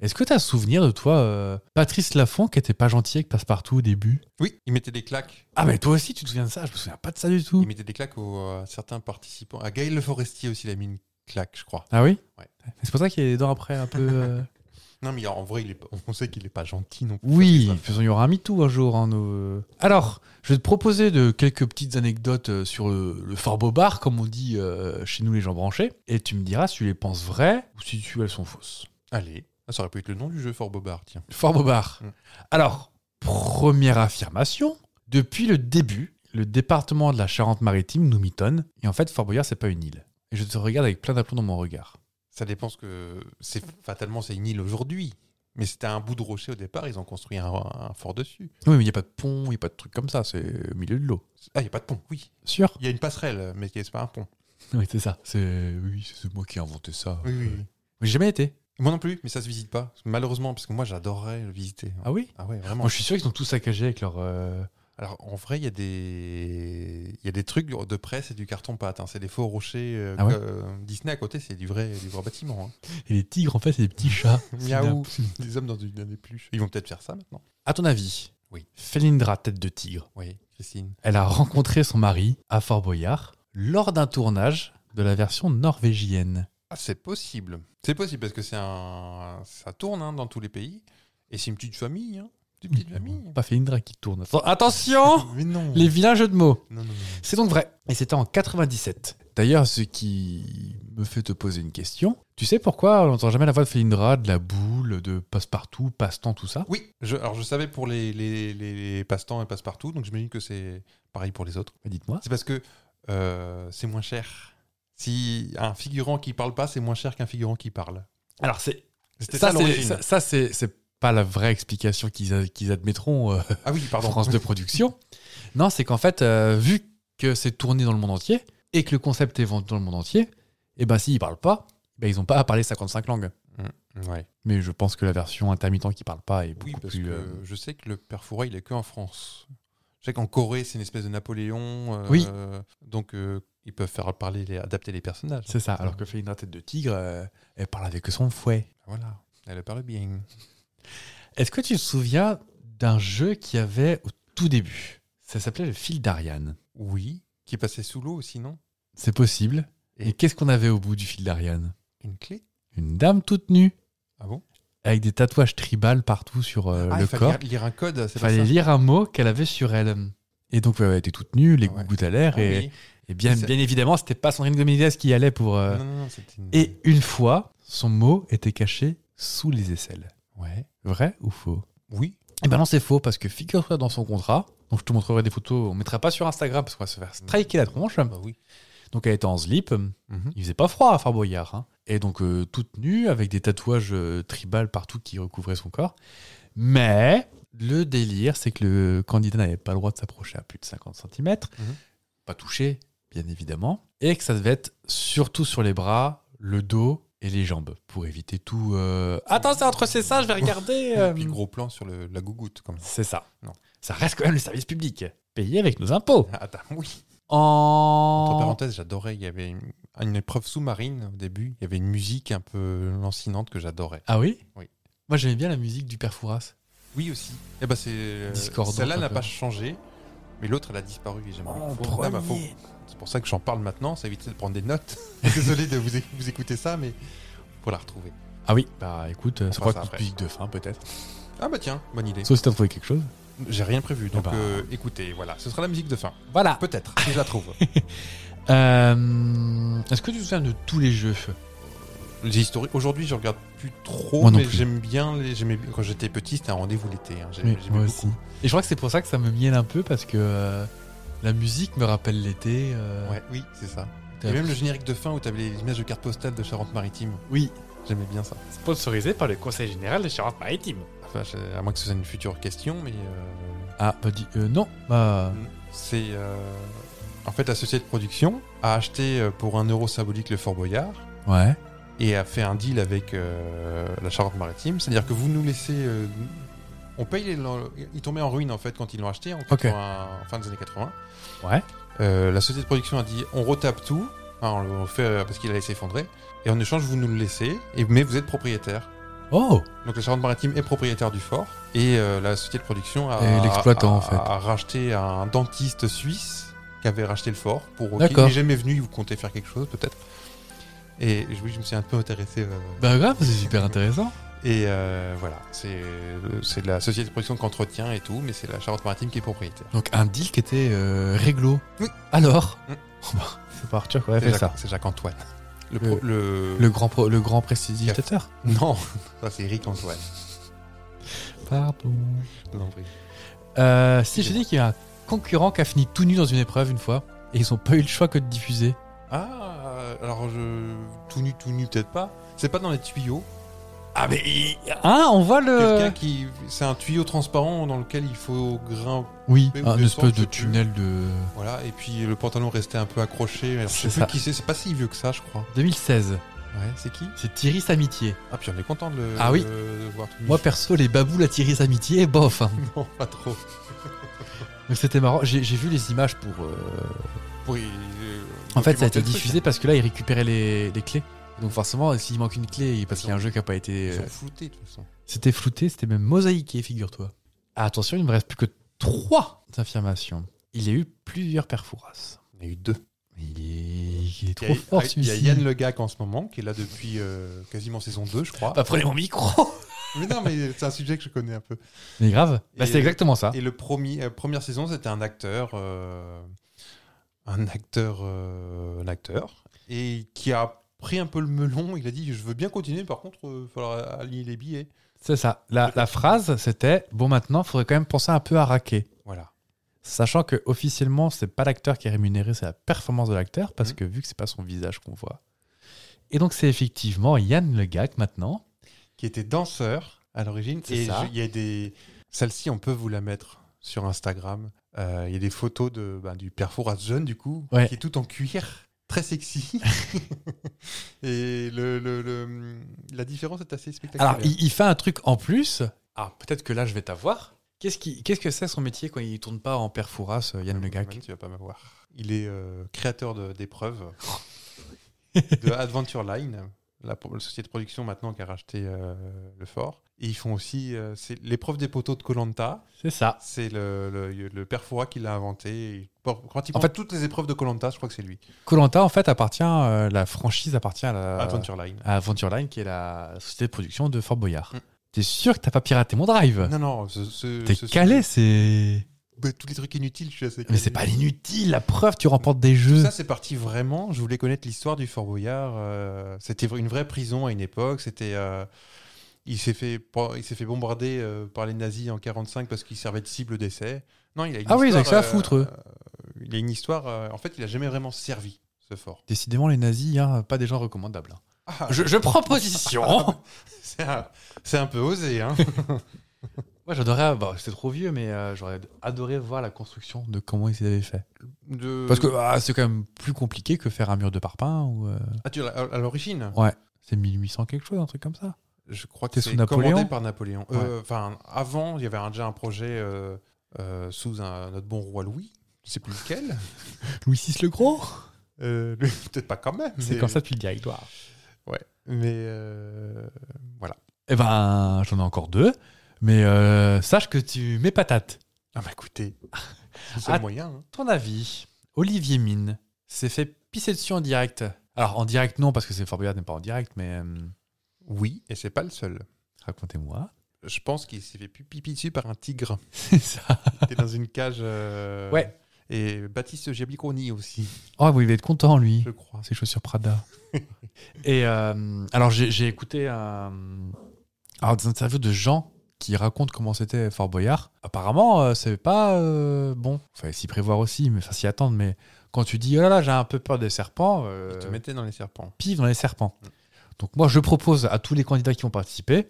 D: Est-ce que tu as souvenir de toi, euh, Patrice Laffont, qui était pas gentil avec Passepartout au début
E: Oui, il mettait des claques.
D: Ah, mais toi aussi, tu te souviens de ça Je me souviens pas de ça du tout.
E: Il mettait des claques aux, euh, à certains participants. À Gaël Le Forestier aussi, il a mis une claque, je crois.
D: Ah oui
E: Ouais.
D: C'est pour ça qu'il y a les dents après un peu. euh,
E: Non, mais en vrai, il est pas- on sait qu'il est pas gentil non plus.
D: Oui,
E: Patrice
D: de toute façon, il y aura un MeToo un jour. hein, nos- Alors, je vais te proposer de quelques petites anecdotes euh, sur le, le Fort Bobard, comme on dit euh, chez nous les gens branchés, et tu me diras si tu les penses vraies ou si tu, elles sont fausses.
E: Allez, Ah, ça aurait pu être le nom du jeu, Fort Bobard, tiens.
D: Fort Bobard.
E: Mm.
D: Alors, première affirmation, depuis le début, le département de la Charente-Maritime nous mitonne, et en fait, Fort Boyard, c'est pas une île. Et je te regarde avec plein d'aplomb dans mon regard.
E: Ça dépend ce que. c'est Fatalement, c'est une île aujourd'hui. Mais c'était un bout de rocher au départ, ils ont construit un, un fort dessus.
D: Oui, mais il n'y a pas de pont, il n'y a pas de truc comme ça, c'est au milieu de l'eau.
E: Ah, il n'y a pas de pont, oui.
D: Sûr
E: Il y a une passerelle, mais c'est pas un pont.
D: Oui, c'est ça. C'est oui, c'est moi qui ai inventé ça.
E: Oui, oui, oui.
D: J'ai jamais été.
E: Moi non plus, mais ça se visite pas. Malheureusement, parce que moi, j'adorerais le visiter.
D: Ah oui
E: Ah ouais, vraiment.
D: Moi, je suis sûr qu'ils ont tous saccagé avec leur. euh,
E: Alors, en vrai, il y, a des... il y a des trucs de presse et du carton-pâte. hein. C'est des faux rochers. euh,
D: Ah ouais
E: que, euh, Disney à côté, c'est du vrai, du vrai bâtiment. hein.
D: Et les tigres, en fait, c'est des petits chats. C'est
E: Miaou,
D: dingue.
E: des hommes dans une dans des pluches. Ils vont peut-être faire ça maintenant.
D: À ton avis
E: Oui.
D: Felindra, tête de tigre.
E: Oui, Christine.
D: Elle a rencontré son mari à Fort Boyard lors d'un tournage de la version norvégienne.
E: Ah, c'est possible. C'est possible parce que c'est un... ça tourne hein, dans tous les pays. Et c'est une petite famille. Hein. Une petite famille.
D: Pas Felindra qui tourne. Atten- Attention
E: Mais non.
D: Oh Les vilains jeux de mots.
E: Non, non, non. non.
D: C'est donc vrai. Et c'était en 97. D'ailleurs, ce qui me fait te poser une question. Tu sais pourquoi on n'entend jamais la voix de Felindra, de la boule, de passe-partout, passe-temps, tout ça
E: Oui, je- alors je savais pour les, les, les- les passe-temps et passe-partout, donc je me dis que c'est pareil pour les autres.
D: Bah, Dites-moi.
E: C'est parce que euh, c'est moins cher. Si un figurant qui parle pas, c'est moins cher qu'un figurant qui parle.
D: Alors, c'est
E: C'était ça,
D: ça, c'est-
E: l'origine.
D: ça, ça, c'est c'est pas la vraie explication qu'ils a- qu'ils admettront euh,
E: Ah oui, pardon.
D: France de production. non, c'est qu'en fait, euh, vu que c'est tourné dans le monde entier et que le concept est vendu dans le monde entier, et ben s'ils parlent pas, ben, ils ont pas à parler 55 langues.
E: Ouais.
D: Mais je pense que la version intermittent qui parle pas est beaucoup
E: Oui, parce
D: plus.
E: que
D: euh,
E: je sais que le père Fourat, il est que en France. Je sais qu'en Corée, c'est une espèce de Napoléon. euh,
D: Oui.
E: Donc euh, ils peuvent faire parler, les, adapter les personnages.
D: C'est ça. Alors que fait une tête de tigre, euh, elle parle avec son fouet.
E: Ah, Voilà, elle parle bien.
D: Est-ce que tu te souviens d'un jeu qu'il y avait au tout début Ça s'appelait le fil d'Ariane.
E: Oui, qui passait sous l'eau aussi, non
D: C'est possible. Et,
E: Et-
D: qu'est-ce qu'on avait au bout du fil d'Ariane
E: Une clé
D: Une dame toute nue
E: Ah bon
D: avec des tatouages tribales partout sur euh,
E: Ah,
D: le
E: il fallait
D: corps.
E: lire- lire un code, c'est pas
D: fallait
E: ça
D: lire un mot qu'elle avait sur elle. Et donc, ouais, ouais, elle était toute nue, les
E: Ah ouais.
D: gouttes à l'air.
E: Ah
D: et,
E: oui.
D: et bien,
E: C'est-
D: bien évidemment, c'était pas Sandrine Dominguez qui y allait pour. euh,
E: Non, non, non, c'était une-
D: Et une fois, son mot était caché sous les aisselles.
E: Ouais.
D: Vrai ou faux
E: Oui.
D: Eh ben non, c'est faux parce que figure-toi dans son contrat, Donc je te montrerai des photos. On mettra pas sur Instagram parce qu'on va se faire striker la tronche.
E: Bah oui.
D: Donc elle était en slip.
E: Mhm.
D: Il faisait pas froid à Fort Boyard. hein. Et donc euh, toute nue, avec des tatouages euh, tribales partout qui recouvraient son corps. Mais le délire, c'est que le candidat n'avait pas le droit de s'approcher à plus de 50 cm.
E: Mhm.
D: Pas touché, bien évidemment. Et que ça devait être surtout sur les bras, le dos et les jambes. Pour éviter tout. euh, Attends, c'est entre ces seins, je vais regarder.
E: Et puis
D: euh,
E: gros plan sur le- la gougoute, comme ça.
D: C'est ça.
E: Non.
D: Ça reste quand même le service public, payé avec nos impôts.
E: Ah, Attends, oui. Entre
D: En.
E: parenthèses, j'adorais. Il y avait une, une épreuve sous-marine au début. Il y avait une musique un peu lancinante que j'adorais.
D: Ah oui
E: Oui.
D: Moi j'aimais bien la musique du Père Fouras.
E: Oui, aussi. Eh ben, c'est. euh,
D: Discordante
E: Celle-là
D: un
E: n'a
D: peu.
E: pas changé, mais l'autre, elle a disparu. et j'aimerais-
D: En
E: faut- ah, bah, faut-
D: Oh, premier.
E: C'est pour ça que j'en parle maintenant. Ça évite de prendre des notes. Désolé de vous, é- vous écouter ça, mais faut la retrouver.
D: Ah oui Bah écoute, ça
E: fera
D: fera
E: ça
D: petite
E: après.
D: musique de fin peut-être.
E: Ah bah tiens, bonne idée.
D: Sauf si t'as trouvé quelque chose.
E: J'ai rien prévu, donc
D: Eh ben.
E: euh, écoutez, voilà, ce sera la musique de fin.
D: Voilà.
E: Peut-être, si je la trouve.
D: Euh, Est-ce que tu te souviens de tous les jeux
E: Les historiques. Aujourd'hui, je regarde plus trop,
D: Moi non
E: mais
D: plus.
E: j'aime bien. Les... j'aimais- Quand j'étais petit, c'était un rendez-vous l'été. hein. J'ai-
D: Oui,
E: j'aimais
D: moi
E: beaucoup.
D: aussi. Et je crois que c'est pour ça que ça me mienne un peu parce que euh, la musique me rappelle l'été. euh,
E: Ouais, oui, c'est ça.
D: t'as-
E: Et même le générique de fin où t'avais les images de cartes postales de Charente-Maritime.
D: Oui.
E: J'aimais bien ça.
D: Sponsorisé par le Conseil Général des Charentes-Maritimes.
E: Enfin, je- à moins que ce soit une future question, mais euh,
D: Ah, bah dis. euh, non, bah.
E: c'est euh, en fait la société de production a acheté euh, pour un euro symbolique le Fort Boyard
D: Ouais.
E: et a fait un deal avec euh, la Charente-Maritime, c'est-à-dire que vous nous laissez, euh, on paye les, ils tombaient en ruine en fait quand ils l'ont acheté en, 80 en fin des années 80.
D: Ouais.
E: Euh, la société de production a dit on retape tout, hein, on le fait euh, parce qu'il allait s'effondrer et en échange vous nous le laissez, et, mais vous êtes propriétaire.
D: Oh
E: Donc la Charente-Maritime est propriétaire du fort et euh, la société de production a,
D: Et l'exploite, en
E: a-
D: fait.
E: a racheté un dentiste suisse qui avait racheté le fort pour qui
D: D'accord.
E: n'est jamais venu, vous comptez faire quelque chose peut-être. Et je- oui, je me suis un peu intéressé. euh,
D: Bah grave, c'est super intéressant.
E: Et euh, voilà, c'est euh, c'est la société de production qui entretient et tout, mais c'est la Charente-Maritime qui est propriétaire.
D: Donc un deal qui était euh, réglo.
E: Oui.
D: Alors
E: Mm.
D: Oh bah, C'est pas Arthur qui aurait
E: C'est Jacques- C'est Jacques-Antoine. Le, pro- le-
D: Le grand, pro- le grand prestidigitateur.
E: Non, ça c'est Eric Antoine.
D: Pardon.
E: Non, oui.
D: Euh, si j'ai dit qu'il y a un concurrent qui a fini tout nu dans une épreuve une fois, et ils ont pas eu le choix que de diffuser.
E: Ah, alors je... tout nu, tout nu, peut-être pas. C'est pas dans les tuyaux.
D: Ah mais... Hein, on voit
E: Quelqu'un
D: le...
E: qui. C'est un tuyau transparent dans lequel il faut grimper.
D: Oui,
E: Mais
D: un
E: le sang,
D: espèce
E: je
D: de
E: sais plus.
D: tunnel de...
E: Voilà, et puis le pantalon restait un peu accroché. Alors, je sais plus
D: C'est ça.
E: qui c'est, c'est pas si vieux que ça, je crois.
D: 2016,
E: Ouais, c'est qui
D: c'est Thierry Samitié.
E: Ah, puis on est content de le
D: Ah oui.
E: de le voir tout nu.
D: Moi perso, les baboules à Thierry Samitié, bof. hein.
E: non, pas trop.
D: Donc c'était marrant, j'ai j'ai vu les images pour... euh,
E: Pour y-
D: En fait,
E: documenter euh,
D: ça a été
E: le truc,
D: diffusé parce que là, ils récupéraient les, les clés. Donc forcément, s'il manque une clé, parce qu'il y a un jeu qui n'a pas été... euh,
E: Ils sont floutés de toute façon.
D: C'était flouté, c'était même mosaïqué, figure-toi. Ah, attention, il ne me reste plus que trois affirmations. Il y a eu plusieurs perfouras.
E: Il y en a eu deux.
D: Il est, il est
E: Il
D: trop
E: y a,
D: fort,
E: ah, il y a
D: celui-ci.
E: Yann Le Gac en ce moment, qui est là depuis euh, quasiment saison 2, je crois.
D: Bah, prenez mon micro
E: Mais non, mais c'est un sujet que je connais un peu.
D: Mais grave, bah,
E: Et-
D: c'est exactement ça.
E: Et le premier, euh, première saison, c'était un acteur, euh, un acteur, euh, un acteur, et qui a pris un peu le melon. Il a dit, je veux bien continuer, par contre, euh, il faudra aligner les billets.
D: C'est ça. La, la phrase, c'était « Bon, maintenant, faudrait quand même penser un peu à raquer.
E: Voilà. ».
D: Sachant que officiellement, c'est pas l'acteur qui est rémunéré, c'est la performance de l'acteur, parce
E: Mhm.
D: que vu que c'est pas son visage qu'on voit. Et donc, c'est effectivement Yann Le Gac, maintenant.
E: Qui était danseur à l'origine.
D: C'est
E: Et
D: ça.
E: je- il y a des, celle-ci, on peut vous la mettre sur Instagram. Euh, Il y a des photos de ben, du Perforas jeune du coup,
D: Ouais.
E: qui est tout en cuir, très sexy. et le, le- le- la différence est assez spectaculaire.
D: Alors, il, il fait un truc en plus. Ah, peut-être que là, je vais t'avoir. Qu'est-ce qui- qu'est-ce que c'est son métier quand il tourne pas en perforas, euh, Yann Le
E: Man,
D: Gac
E: Tu vas pas m'avoir. Il est euh, créateur de- d'épreuves de Adventure Line, la, pro- la société de production maintenant qui a racheté euh, le fort. Et ils font aussi euh, c'est l'épreuve des poteaux de Colanta.
D: C'est ça.
E: C'est le, le, le père Fouras qui l'a inventé. Il porte Pratiquement
D: En fait-
E: toutes les épreuves de Colanta, je crois que c'est lui.
D: Colanta, en fait, appartient, euh, la franchise appartient à, la,
E: Adventure Line.
D: à Adventure Line, qui est la société de production de Fort Boyard.
E: Mm.
D: T'es sûr que t'as pas piraté mon drive
E: Non, non, ce, ce-
D: euh, T'es
E: ce-
D: calé, c'est.
E: Bah, tous les trucs inutiles, je suis assez
D: Mais
E: calé.
D: c'est pas inutile, la preuve, tu remportes des jeux.
E: Euh, Ça, c'est parti vraiment. Je voulais connaître l'histoire du Fort Boyard. euh, c'était une vraie prison à une époque. C'était. euh, il s'est fait, il s'est fait bombarder euh, par les nazis en 45 parce qu'il servait de cible d'essai. Non, il a une
D: Ah oui, ils ont que ça à
E: histoire,
D: foutre, eux.
E: euh, Il a une histoire. euh, en fait, il a jamais vraiment servi ce fort.
D: Décidément, les nazis, hein, pas des gens recommandables. hein.
E: Ah,
D: Je, je prends position.
E: c'est un, c'est un peu osé, hein.
D: Moi, j'adorais. Bah, c'est trop vieux, mais euh, j'aurais adoré voir la construction de comment ils avaient fait.
E: De-
D: Parce que ah, c'est quand même plus compliqué que faire un mur de parpaing ou. euh,
E: Ah, tu l'as- à, à l'origine,
D: Ouais, c'est 1800 quelque chose, un truc comme ça.
E: je crois que
D: T'es sous
E: c'est
D: Napoléon
E: commandé par Napoléon. Euh, Enfin, avant, il y avait un- déjà un projet euh, euh, sous un- notre bon roi Louis. Je sais plus lequel.
D: Louis VI le Gros
E: Euh, le- Peut-être pas quand même.
D: C'est
E: mais-
D: comme ça depuis le directoire.
E: Mais euh,
D: Eh ben, j'en ai encore deux, mais euh, sache que tu mets patate.
E: ah bah écoutez, c'est le
D: Ah.
E: moyen. hein.
D: Ton avis, Olivier Mine s'est fait pisser dessus en direct. Alors, en direct, non, parce que c'est Fort Boyard n'est pas en direct, mais euh,
E: Oui, et c'est pas le seul.
D: racontez-moi.
E: Je pense qu'il s'est fait pu- pipi dessus par un tigre.
D: C'est ça.
E: Il était dans une cage. euh,
D: Ouais.
E: Et Baptiste Giabiconi aussi,
D: Oh, vous devez être content, lui.
E: je crois.
D: Ses chaussures Prada. Et euh, alors, j'ai j'ai écouté un- alors, des interviews de gens qui racontent comment c'était Fort Boyard. Apparemment, euh, c'est pas euh, bon. Fallait s'y prévoir aussi, mais enfin s'y attendre. Mais quand tu dis, oh là là, j'ai un peu peur des serpents, euh,
E: Il te mettait dans les serpents.
D: pif dans les serpents. Donc, moi, je propose à tous les candidats qui ont participé,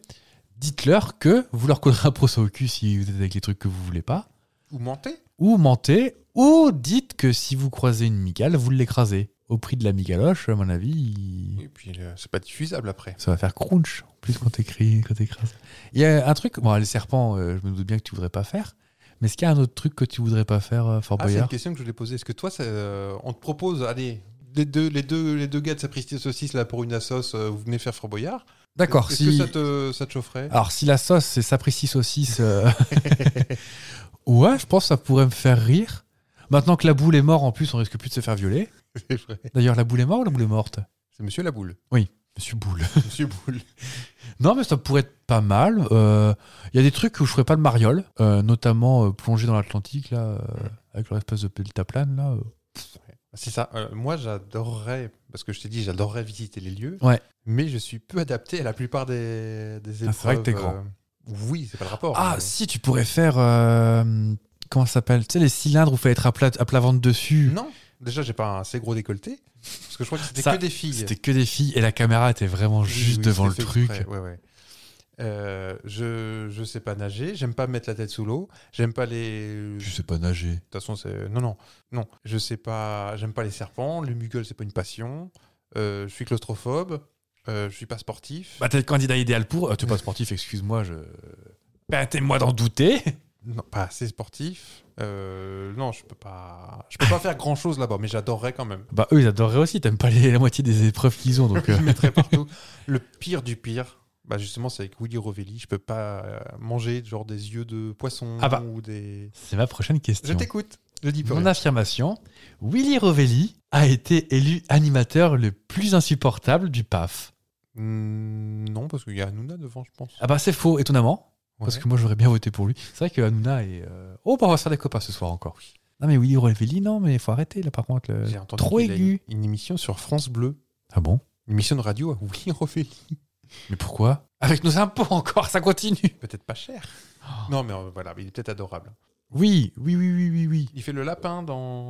D: dites-leur que vous leur collerez un procès au cul si vous êtes avec les trucs que vous voulez pas,
E: Ou mentait
D: ou mentez, ou dites que si vous croisez une migale, vous l'écrasez. Au prix de la migaloche, à mon avis, il-
E: Et puis, euh, c'est pas diffusable après.
D: ça va faire crunch, en plus, quand t'écris, quand t'écrases. Il y a un truc, bon, les serpents, euh, je me doute bien que tu voudrais pas faire, mais est-ce qu'il y a un autre truc que tu voudrais pas faire, euh, Fort
E: Ah, c'est une
D: Boyard
E: question que je voulais poser. Est-ce que toi, ça, euh, on te propose, allez, les deux, les deux, les deux gars de Sapristi Saucisse, là, pour une assos, euh, vous venez faire Framboyard
D: D'accord,
E: Est-ce
D: si... Ah.
E: que ça te, ça te chaufferait
D: Alors, si la sauce, c'est sapristi saucisse, euh, ouais, je pense que ça pourrait me faire rire. Maintenant que la boule est morte, en plus, on risque plus de se faire violer.
E: C'est vrai.
D: D'ailleurs, la boule est morte ou la boule est morte
E: C'est Monsieur Laboule.
D: Monsieur Boule.
E: Monsieur Boule.
D: Non, mais ça pourrait être pas mal. Euh, Il y a des trucs où je ferais pas le mariole, euh, notamment euh, plonger dans l'Atlantique, là, euh, avec leur espèce de deltaplane, là. euh.
E: C'est ça. Euh, moi, j'adorerais, parce que je t'ai dit, j'adorerais visiter les lieux.
D: Ouais.
E: Mais je suis peu adapté à la plupart des, des épreuves.
D: Ah, c'est vrai que t'es grand.
E: euh, oui, c'est pas le rapport.
D: Ah,
E: mais-
D: si, tu pourrais faire. euh, comment ça s'appelle Tu sais, les cylindres où il faut être à plat, à plat ventre dessus.
E: Non, déjà, j'ai pas un assez gros décolleté. Parce que je crois que c'était
D: Ça,
E: que des filles.
D: C'était que des filles et la caméra était vraiment
E: Oui,
D: juste
E: oui,
D: devant le
E: c'était
D: truc.
E: fait exprès, ouais, ouais. Euh, je, je sais pas nager, j'aime pas mettre la tête sous l'eau, j'aime pas les.
D: Je
E: De
D: sais pas nager.
E: toute façon, c'est. Non, non, non. Je sais pas. J'aime pas les serpents, le muggle, c'est pas une passion. Euh, je suis claustrophobe, euh, je suis pas sportif.
D: Bah, t'es le candidat idéal pour. Euh, t'es pas sportif, excuse-moi, je. Permettez-moi d'en douter.
E: Non, pas assez sportif. Euh, non, je peux pas. Je peux pas faire grand chose là-bas, mais j'adorerais quand même.
D: Bah, eux, ils adoreraient aussi. T'aimes pas les- la moitié des épreuves qu'ils ont, donc. euh.
E: Je mettrais partout. Le pire du pire, bah justement, c'est avec Willy Rovelli. Je peux pas euh, manger genre des yeux de poisson
D: Ah bah.
E: ou des.
D: C'est ma prochaine
E: Je
D: question.
E: t'écoute. Je dis pas.
D: Mon affirmation, Willy Rovelli a été élu animateur le plus insupportable du PAF.
E: Mm, non, parce qu'il y a Hanouna devant, je pense.
D: Ah bah c'est faux, étonnamment,
E: Ouais.
D: parce que moi j'aurais bien voté pour lui. C'est vrai que Hanouna est... euh, Oh bah on va se faire des copains ce soir encore. Non mais Willy Rovelli, non mais faut arrêter là par contre. le-
E: J'ai entendu
D: euh, Trop
E: qu'il a
D: aigu.
E: Une, une émission sur France Bleu.
D: Ah bon
E: Une émission de radio à Willy Rovelli.
D: Mais pourquoi Avec nos impôts encore, ça continue
E: Peut-être pas cher.
D: Oh.
E: Non, mais euh, voilà, mais il est peut-être adorable.
D: Oui, oui, oui, oui, oui, oui.
E: Il fait le lapin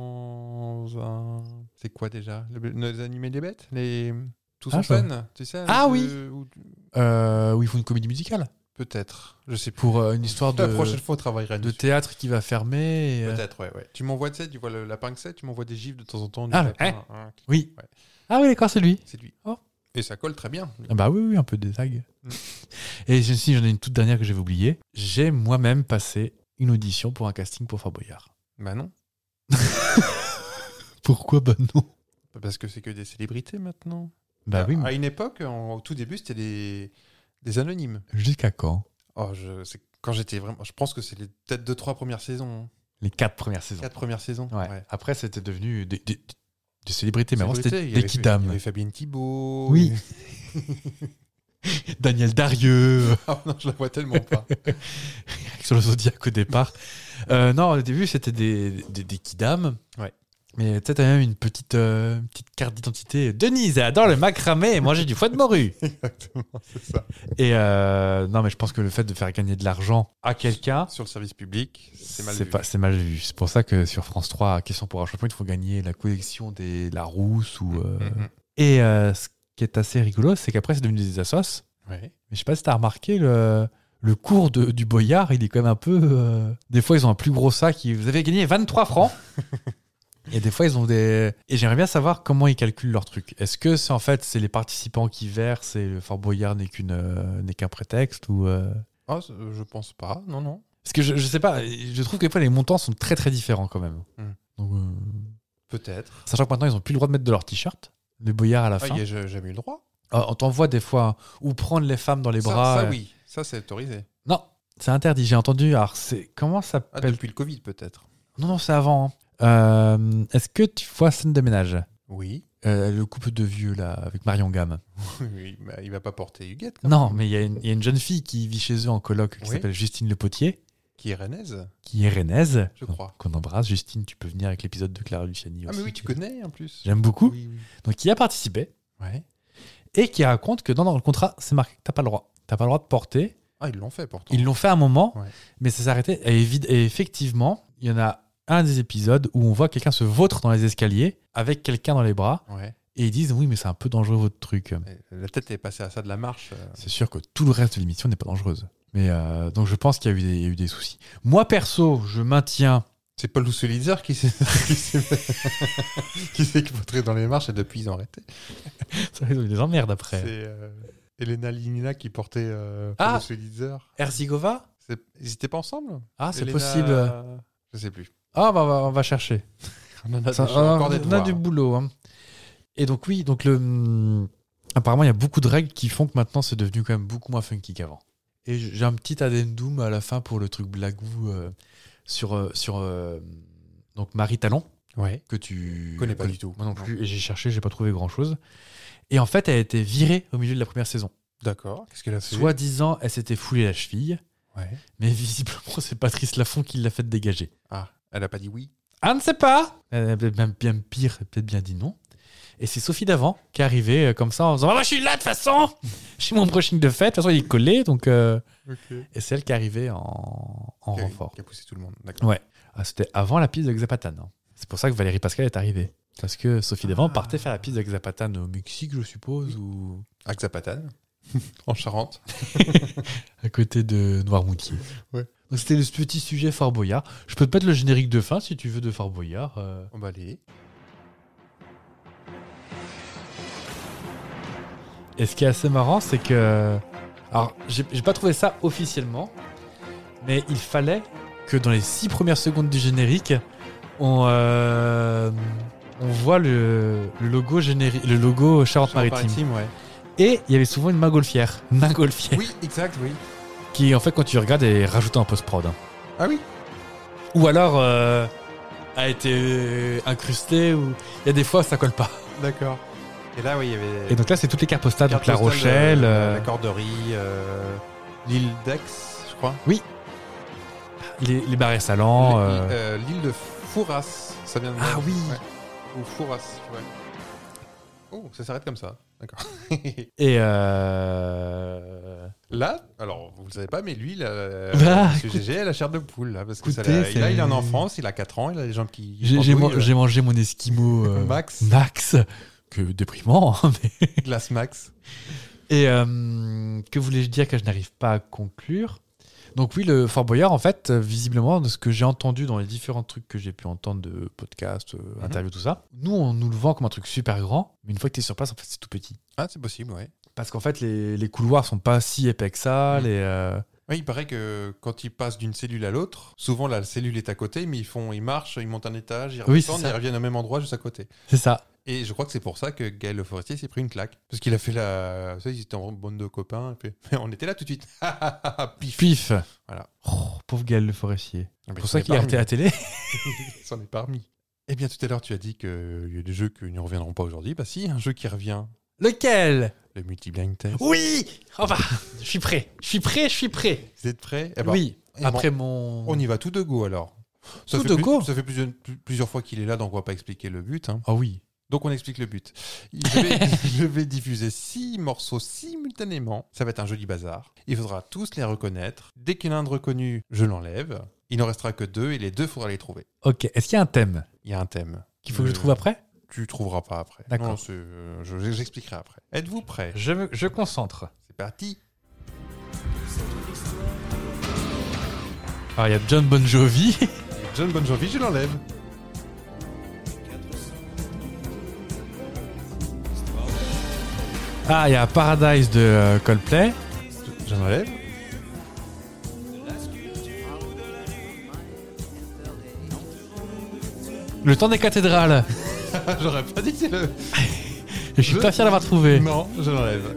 E: dans un. C'est quoi déjà Le- Les animés des bêtes Les. Tous
D: Ah,
E: en
D: ça.
E: peine, tu sais
D: Ah
E: avec
D: oui.
E: le- ou-
D: Euh, oui, il faut une comédie musicale.
E: Peut-être. Je sais plus.
D: Pour euh, une histoire
E: La prochaine
D: de,
E: fois, on travaillera
D: de
E: dessus.
D: théâtre qui va fermer. et, euh,
E: Peut-être, ouais, ouais. Tu m'envoies, tu sais, tu vois le lapin que c'est, tu m'envoies des gifs de temps en temps. du
D: Ah, le-
E: lapin, hein, qui-
D: Oui.
E: Ouais.
D: Ah oui, d'accord, c'est lui.
E: C'est lui.
D: Oh.
E: Et ça colle très bien.
D: Ah Bah oui, oui, un peu des tags.
E: Mm.
D: Et je- si j'en ai une toute dernière que j'avais oubliée. J'ai moi-même passé une audition pour un casting pour Fort Boyard.
E: Bah non.
D: Pourquoi Bah non.
E: Parce que c'est que des célébrités maintenant.
D: Bah
E: À-
D: oui,
E: Euh, À
D: mais
E: une époque, en- au tout début, c'était des, des anonymes.
D: jusqu'à quand
E: Oh, je, c'est- quand j'étais vraiment. Je pense que c'est les peut-être deux, trois premières saisons. hein.
D: Les quatre premières saisons.
E: Quatre premières saisons.
D: Ouais.
E: ouais.
D: Après, c'était devenu des, des- des célébrités, mais avant,
E: Célébrités,
D: c'était
E: il y
D: des
E: avait- Il y
D: kidams.
E: avait Fabienne Thibault.
D: Oui. Daniel Darieux,
E: Ah non, je la vois tellement pas.
D: sur le Zodiac au départ. Euh, non, au début, c'était des, des, des kidams.
E: Ouais.
D: Mais tu sais, t'as même une petite, euh, une petite carte d'identité. Denise, elle adore le macramé et manger du foie de morue.
E: Exactement, c'est ça.
D: Et euh, non, mais je pense que le fait de faire gagner de l'argent à quelqu'un,
E: Sur le service public, c'est mal
D: c'est
E: vu.
D: pas- c'est mal vu. C'est pour ça que sur France 3, question pour un champion, il faut gagner la collection des La Rousse ou. euh,
E: Mhm.
D: Et euh, ce qui est assez rigolo, c'est qu'après, c'est devenu des assos.
E: Ouais.
D: Mais je sais pas si t'as remarqué le. Le cours de- du boyard, il est quand même un peu. euh, Des fois, ils ont un plus gros sac. ils- Vous avez gagné 23 francs. Et des fois, ils ont des. Et j'aimerais bien savoir comment ils calculent leur truc. Est-ce que c'est en fait c'est les participants qui versent et le Fort Boyard n'est qu'une euh, n'est qu'un prétexte ou euh,
E: Ah, c'est- euh, je pense pas, non, non.
D: parce que je, je sais pas, je trouve que des fois les montants sont très très différents quand même.
E: Hmm.
D: Donc, euh,
E: Peut-être.
D: sachant que maintenant ils ont plus le droit de mettre de leur t-shirt, les boyards à la
E: Ah,
D: fin.
E: il y a ja- jamais eu le droit.
D: Ah, on t'envoie des fois ou prendre les femmes dans les
E: ça,
D: bras.
E: ça,
D: euh,
E: oui. Ça, c'est autorisé.
D: Non, c'est interdit. J'ai entendu. Alors c'est comment ça
E: Ah,
D: s'appelle
E: depuis le Covid, peut-être.
D: Non non c'est avant. hein. Euh, Est-ce que tu vois scène de ménage
E: Oui.
D: Euh, Le couple de vieux là avec Marion Gamme.
E: Oui, bah, il va pas porter Huguette, quand
D: Non
E: même,
D: mais il y, a une- il y a une jeune fille qui vit chez eux en coloc qui
E: Ah. Oui.
D: s'appelle Justine Le Potier,
E: qui est rennaise.
D: qui est rennaise.
E: Je crois.
D: Qu'on embrasse. Justine, tu peux venir avec l'épisode de Clara Luciani
E: Ah,
D: aussi.
E: mais oui, tu connais en plus.
D: J'aime beaucoup.
E: Oui, oui.
D: Donc qui a participé.
E: Ouais.
D: et qui raconte que non, dans le contrat, c'est marqué que t'as pas le droit. T'as pas le droit de porter.
E: Ah, ils l'ont fait pourtant.
D: Ils l'ont fait à un moment,
E: Ouais.
D: mais ça s'est arrêté. Et, évi- et effectivement, il y en a un des épisodes où on voit quelqu'un se vautre dans les escaliers avec quelqu'un dans les bras
E: Ouais.
D: et ils disent oui, mais c'est un peu dangereux votre truc.
E: Mais La tête est passée à ça de la marche. euh.
D: C'est sûr que tout le reste de l'émission n'est pas dangereuse. Mais euh, donc je pense qu'il y, a eu des- il y a eu des soucis. Moi perso, je maintiens.
E: C'est Paul Ousselizer qui s'est qui s'est- qui s'est exfiltré dans les marches et depuis ils ont arrêté.
D: Ça ils ont eu des emmerdes après.
E: C'est euh, Elena Linina qui portait euh,
D: Ah
E: Paul Ousselizer.
D: Herzigova
E: C'est- Ils étaient pas ensemble
D: Ah, c'est
E: Elena-
D: possible.
E: Je sais plus.
D: Ah, bah, on va- on va chercher.
E: On en a,
D: Ça-
E: déjà encore
D: on
E: des
D: a
E: devoirs.
D: du boulot. hein. Et donc oui, donc le hum, apparemment il y a beaucoup de règles qui font que maintenant c'est devenu quand même beaucoup moins funky qu'avant. Et j- j'ai un petit addendum à la fin pour le truc blagou euh, sur euh, sur euh, donc Marie Talon
E: Ouais.
D: que tu
E: Connais pas du tout.
D: Moi non plus. Et j'ai cherché, j'ai pas trouvé grand chose. Et en fait, elle a été virée au milieu de la première saison.
E: D'accord. Qu'est-ce qu'elle a fait
D: Soit disant, elle s'était foulée la cheville,
E: Ouais.
D: mais visiblement c'est Patrice Laffont qui l'a fait dégager.
E: Ah, elle a pas dit oui.
D: Ah, ne sait pas Elle a peut-être même bien pire, elle a peut-être bien dit non. Et c'est Sophie d'avant qui est arrivée euh, comme ça en disant Ah, Moi, je suis là de toute façon Je suis mon brushing de fête, de toute façon, il est collé. Donc, euh, Et c'est elle qui est arrivée en, en
E: Qui a-
D: renfort.
E: Qui a poussé tout le monde. D'accord.
D: Ouais. Ah, C'était avant la piste de Xapatan. hein. C'est pour ça que Valérie Pascal est arrivée. Parce que Sophie d'avant partait faire la piste de Xapatan au Mexique, je suppose, ou
E: Axapatan. en Charente.
D: à côté de Noirmoutier.
E: Ouais.
D: Donc c'était le petit sujet Fort Boyard. Je peux te mettre le générique de fin si tu veux de Fort Boyard. euh.
E: On va aller.
D: Et ce qui est assez marrant, c'est que. Alors, j'ai j'ai pas trouvé ça officiellement, mais il fallait que dans les six premières secondes du générique, on, euh, on voit le, le logo, généri- le logo Charente-Maritime.
E: ouais.
D: Et il y avait souvent une mingolfière. Mingolfière.
E: Oui, exact, oui.
D: Qui, en fait, quand tu regardes, est rajoutée en post-prod. hein.
E: Ah oui.
D: Ou alors euh, a été euh, incrustée, ou. Il y a des fois, ça colle pas.
E: D'accord. Et là, oui, il y avait.
D: Et donc là, c'est toutes les cartes postales.
E: Carte
D: Ah, Donc La
E: postale,
D: Rochelle.
E: euh,
D: euh,
E: La Corderie, euh, l'île d'Aix, je crois.
D: les, les barres salants.
E: L'île-
D: euh,
E: euh, L'île de Fouras, ça vient de.
D: Ah oui.
E: Ouais. Ou Fouras, ouais. Oh, ça s'arrête comme ça. D'accord.
D: Et euh...
E: là, alors, vous le savez pas, mais lui, là,
D: Bah,
E: monsieur GG, a la chair de poule, là, parce que ça
D: écoutez,
E: l'a- et là,
D: c'est-
E: il est en enfance, il a 4 ans, il a les jambes qui.
D: j'ai
E: qui
D: j'ai man-
E: pendouillent,
D: j'ai mangé mon esquimau euh,
E: Max,
D: Max, que déprimant. hein, mais-
E: glace Max.
D: Et euh, que voulais-je dire que je n'arrive pas à conclure Donc oui, le Fort Boyard, en fait, euh, visiblement, de ce que j'ai entendu dans les différents trucs que j'ai pu entendre de podcasts, euh,
E: Mhm.
D: interviews, tout ça, nous, on nous le vend comme un truc super grand, mais une fois que tu es sur place, en fait, c'est tout petit.
E: Ah, c'est possible, ouais.
D: Parce qu'en fait, les, les couloirs sont pas si épais que ça.
E: Mhm.
D: Les, euh,
E: Oui, il paraît que quand ils passent d'une cellule à l'autre, souvent la cellule est à côté, mais ils font, ils marchent, ils montent un étage, ils
D: Oui,
E: redescendent,
D: c'est ça.
E: ils reviennent au même endroit juste à côté.
D: C'est ça.
E: Et je crois que c'est pour ça que Gaël Le Forestier s'est pris une claque. Parce qu'il a fait la. Ça, ils étaient en bande de copains. et puis- On était là tout de suite. Pif.
D: Pif.
E: Voilà.
D: Oh, pauvre Gaël le forestier.
E: Ah, mais il
D: C'est pour
E: s'en
D: ça
E: est
D: qu'il est
E: parmi.
D: arrêté à la télé.
E: Il s'en est parmi. Eh bien, tout à l'heure, tu as dit qu'il y a des jeux qui ne reviendront pas aujourd'hui. Bah, si, un jeu qui revient.
D: Lequel
E: Le multi-blind test.
D: Oui On va Je suis prêt, je suis prêt, je suis prêt
E: Vous êtes prêts Eh ben,
D: Oui,
E: eh ben,
D: après mon...
E: On y va tout de go alors. Ça
D: Tout
E: fait,
D: de
E: plus-
D: go.
E: ça fait plusieurs, plus- plusieurs fois qu'il est là, donc on va pas expliquer le but. hein.
D: Ah oui.
E: Donc on explique le but. Je vais, je vais diffuser six morceaux simultanément. Ça va être un joli bazar. Il faudra tous les reconnaître. Dès qu'il y en a un de reconnu, je l'enlève. Il n'en restera que deux et les deux, faudra les trouver.
D: Ok, est-ce qu'il y a un thème
E: Il y a un thème.
D: qu'il faut que je
E: Euh,
D: trouve après
E: Tu trouveras pas après.
D: D'accord.
E: Non, c'est, euh, je- J'expliquerai après. Êtes-vous prêts
D: je, me- je concentre.
E: C'est parti.
D: Alors, Ah, il y a John Bon Jovi.
E: John Bon Jovi, je l'enlève.
D: Ah, il y a Paradise de euh, Coldplay.
E: Je- Je l'enlève.
D: Le temps des cathédrales.
E: Ah, J'aurais pas dit que c'est le.
D: Je suis
E: Je-
D: pas fier d'avoir trouvé.
E: Non, je l'enlève.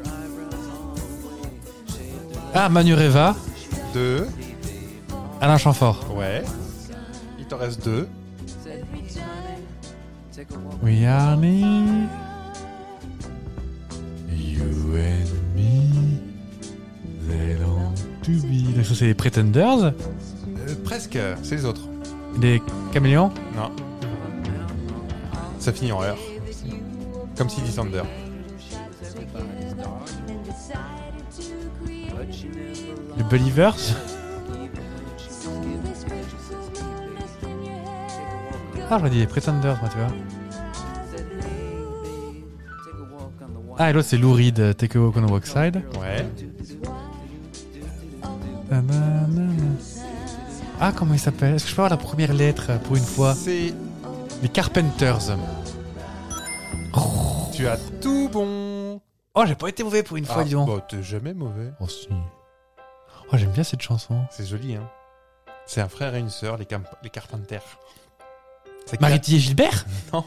D: Ah, Manureva.
E: Deux.
D: Alain Chamfort.
E: Ouais. Il t'en reste deux.
D: We are me. You and me. They long to be. Donc, ça, c'est les Pretenders.
E: Euh, presque. C'est les autres.
D: Les Caméléons.
E: Non. Ça finit en R. Comme si Thunder.
D: Les Believers. Ah, j'aurais dit les Pretenders, moi, tu vois. Ah, et l'autre, c'est Lou Reed, euh, Take a Walk on the Walk Side.
E: Ouais.
D: Nanana. Ah, comment il s'appelle Est-ce que je peux avoir la première lettre euh, pour une fois
E: C'est.
D: Les Carpenters.
E: Tu as tout bon.
D: Oh, j'ai pas été mauvais pour une fois,
E: Ah,
D: dis donc.
E: bah, t'es jamais mauvais.
D: Oh, si. Oh, j'aime bien cette chanson.
E: C'est joli, hein. C'est un frère et une sœur, les, camp- les Carpenters. C'est Car-
D: Mariti et Gilbert
E: Non,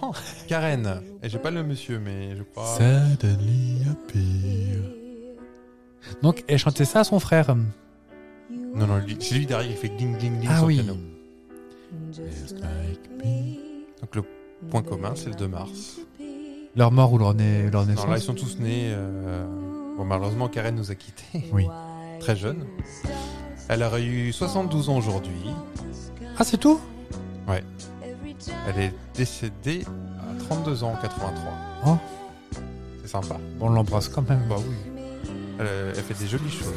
E: Karen. Et j'ai pas le monsieur, mais je crois.
D: Suddenly appear. Donc, elle chantait ça à son frère.
E: Non, non, lui- c'est lui derrière, il fait gling gling gling
D: Ah
E: sur
D: oui.
E: le piano. Donc le point commun, c'est le 2 mars.
D: Leur mort ou leur, nais- leur
E: Non,
D: naissance
E: là, ils sont tous nés. euh, Bon, malheureusement, Karen nous a quittés.
D: Oui.
E: Très jeune. Elle aurait eu 72 ans aujourd'hui.
D: Ah, c'est tout
E: Elle est décédée à 32 ans en 83.
D: Oh.
E: C'est sympa.
D: On l'embrasse quand même.
E: Bah oui. Elle, euh, elle fait des jolies choses.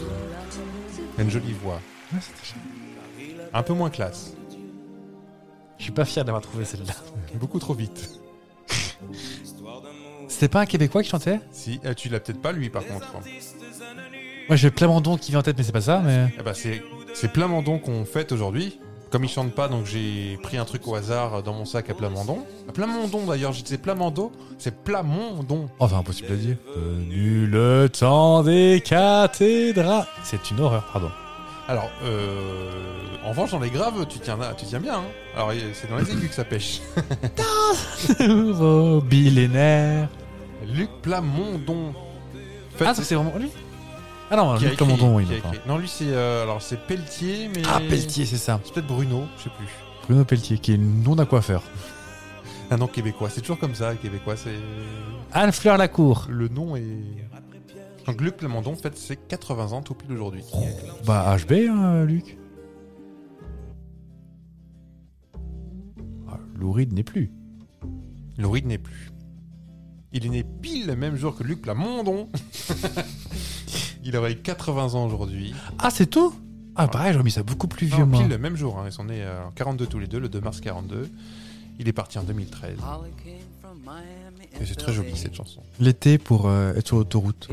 E: Elle a une jolie voix.
D: Ouais, c'était chouette.
E: Un peu moins classe.
D: Je suis pas fier d'avoir trouvé celle-là.
E: Beaucoup trop vite.
D: C'était pas un Québécois qui chantait
E: Si, euh, tu l'as peut-être pas lui par contre. hein.
D: Moi, j'ai Plamondon qui vient en tête, mais c'est pas ça. Mais...
E: Eh ben, c'est, c'est Plamondon qu'on fête aujourd'hui. Comme il chante pas, donc j'ai pris un truc au hasard dans mon sac à Plamondon. À Plamondon d'ailleurs, je disais Plamando, c'est Plamondon.
D: Oh, c'est impossible à dire. Venu le temps des cathédrales. C'est une horreur, pardon.
E: Alors, euh, en revanche, dans les graves, tu tiens, tu tiens bien. hein. Alors, euh, c'est dans les aigus que ça pêche.
D: Robbie Lénaire.
E: Luc Plamondon. Faites-
D: Ah, ça, c'est vraiment lui Ah non,
E: qui a
D: Luc
E: écrit-
D: Plamondon, oui.
E: qui a
D: d'accord.
E: écrit. Non, lui, c'est euh, alors c'est Pelletier, mais
D: Ah, Pelletier, c'est ça.
E: C'est peut-être Bruno, je sais plus.
D: Bruno Pelletier, qui est le nom d'un coiffeur.
E: Un nom québécois, c'est toujours comme ça, québécois, c'est
D: Anne Fleur Lacour.
E: le nom est. Donc Luc Plamondon fête ses 80 ans tout pile aujourd'hui.
D: Bah, HB, hein, Luc. Ah, Louride n'est plus.
E: Louride n'est plus. Il est né pile le même jour que Luc Plamondon. Il aurait eu 80 ans aujourd'hui.
D: Ah, c'est tout Ah, pareil, j'aurais mis ça beaucoup plus vieux,
E: Non,
D: moi.
E: Ah, pile le même jour, hein. ils sont nés euh, en 42 tous les deux, le 2 mars 42. Il est parti en 2013. Et c'est très joli cette chanson.
D: L'été pour euh, être sur l'autoroute.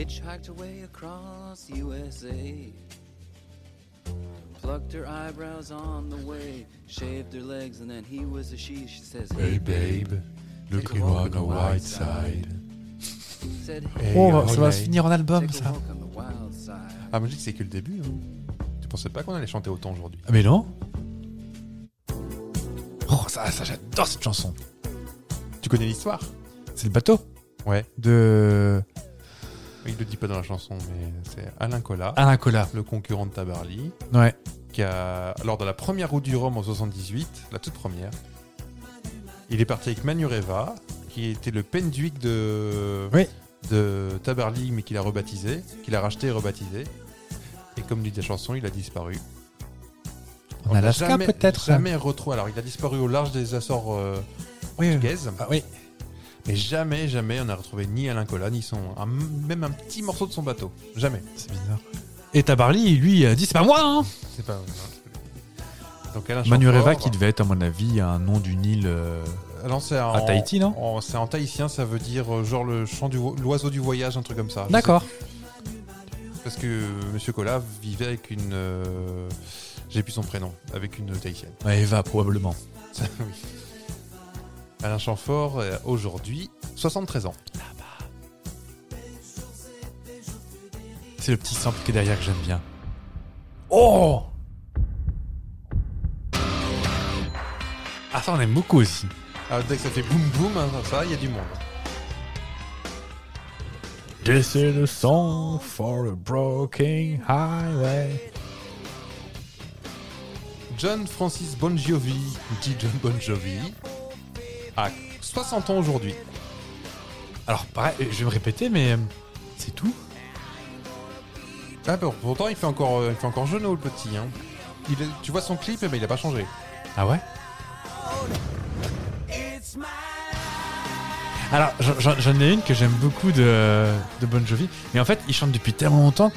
E: Hey babe, look on the white side.
D: Oh, ça va se finir en album, ça.
E: Ah, moi je dis que c'est que le début. hein. Tu pensais pas qu'on allait chanter autant aujourd'hui
D: Ah, mais non Oh, ça, ça j'adore cette chanson.
E: Tu connais l'histoire
D: C'est le bateau
E: Ouais.
D: De
E: Il le dit pas dans la chanson, mais c'est Alain Collat,
D: Alain Colas.
E: le concurrent de Tabarly,
D: Ouais.
E: qui a, lors de la première route du Rhum en 78, la toute première, il est parti avec Manureva, qui était le Penduic de,
D: Oui.
E: de Tabarly, mais qu'il a rebaptisé, qu'il a racheté et rebaptisé. Et comme dit la chanson, il a disparu.
D: Oh,
E: On
K: En
E: l'a
K: Alaska,
E: jamais-
K: peut-être
E: Jamais retrouvé. Alors, il a disparu au large des Açores euh, portugaises.
K: oui.
E: Mais jamais, jamais on n'a retrouvé ni Alain Colas, ni son. un- même un petit morceau de son bateau. Jamais.
D: C'est bizarre. Et Tabarly, lui, a dit c'est pas moi hein
E: C'est pas. Donc, Alain
D: Manureva
E: Chamfort-
D: qui devait être, à mon avis, un nom d'une île. euh,
E: Non, c'est en-
D: À Tahiti, non
E: en- Oh, C'est en tahitien, ça veut dire euh, genre le chant du vo- l'oiseau du voyage, un truc comme ça. Je
D: D'accord.
E: sais- Parce que euh, Monsieur Collat vivait avec une, euh, j'ai plus son prénom, avec une tahitienne.
D: Ouais, Eva, probablement.
E: Ça, oui. Alain Chamfort, euh, aujourd'hui 73 ans.
D: C'est le petit sample qui est derrière que j'aime bien. Oh Ah, ça, on aime beaucoup aussi.
E: Ah, dès que ça fait boum boum, hein, ça, il y a du monde.
K: This is a song for a broken highway.
E: John Francis Bon Jovi, dit John Bon Jovi, a 60 ans aujourd'hui.
D: Alors, pareil, je vais me répéter, mais euh, c'est tout.
E: Ah, bon, pourtant, il fait encore, euh, il fait encore jeune, oh, le petit. hein. Il est- tu vois son clip, eh ben, il a pas changé.
D: Ah ouais Alors, j'en- j'en j'en ai une que j'aime beaucoup de, de Bon Jovi. Mais en fait, il chante depuis tellement longtemps.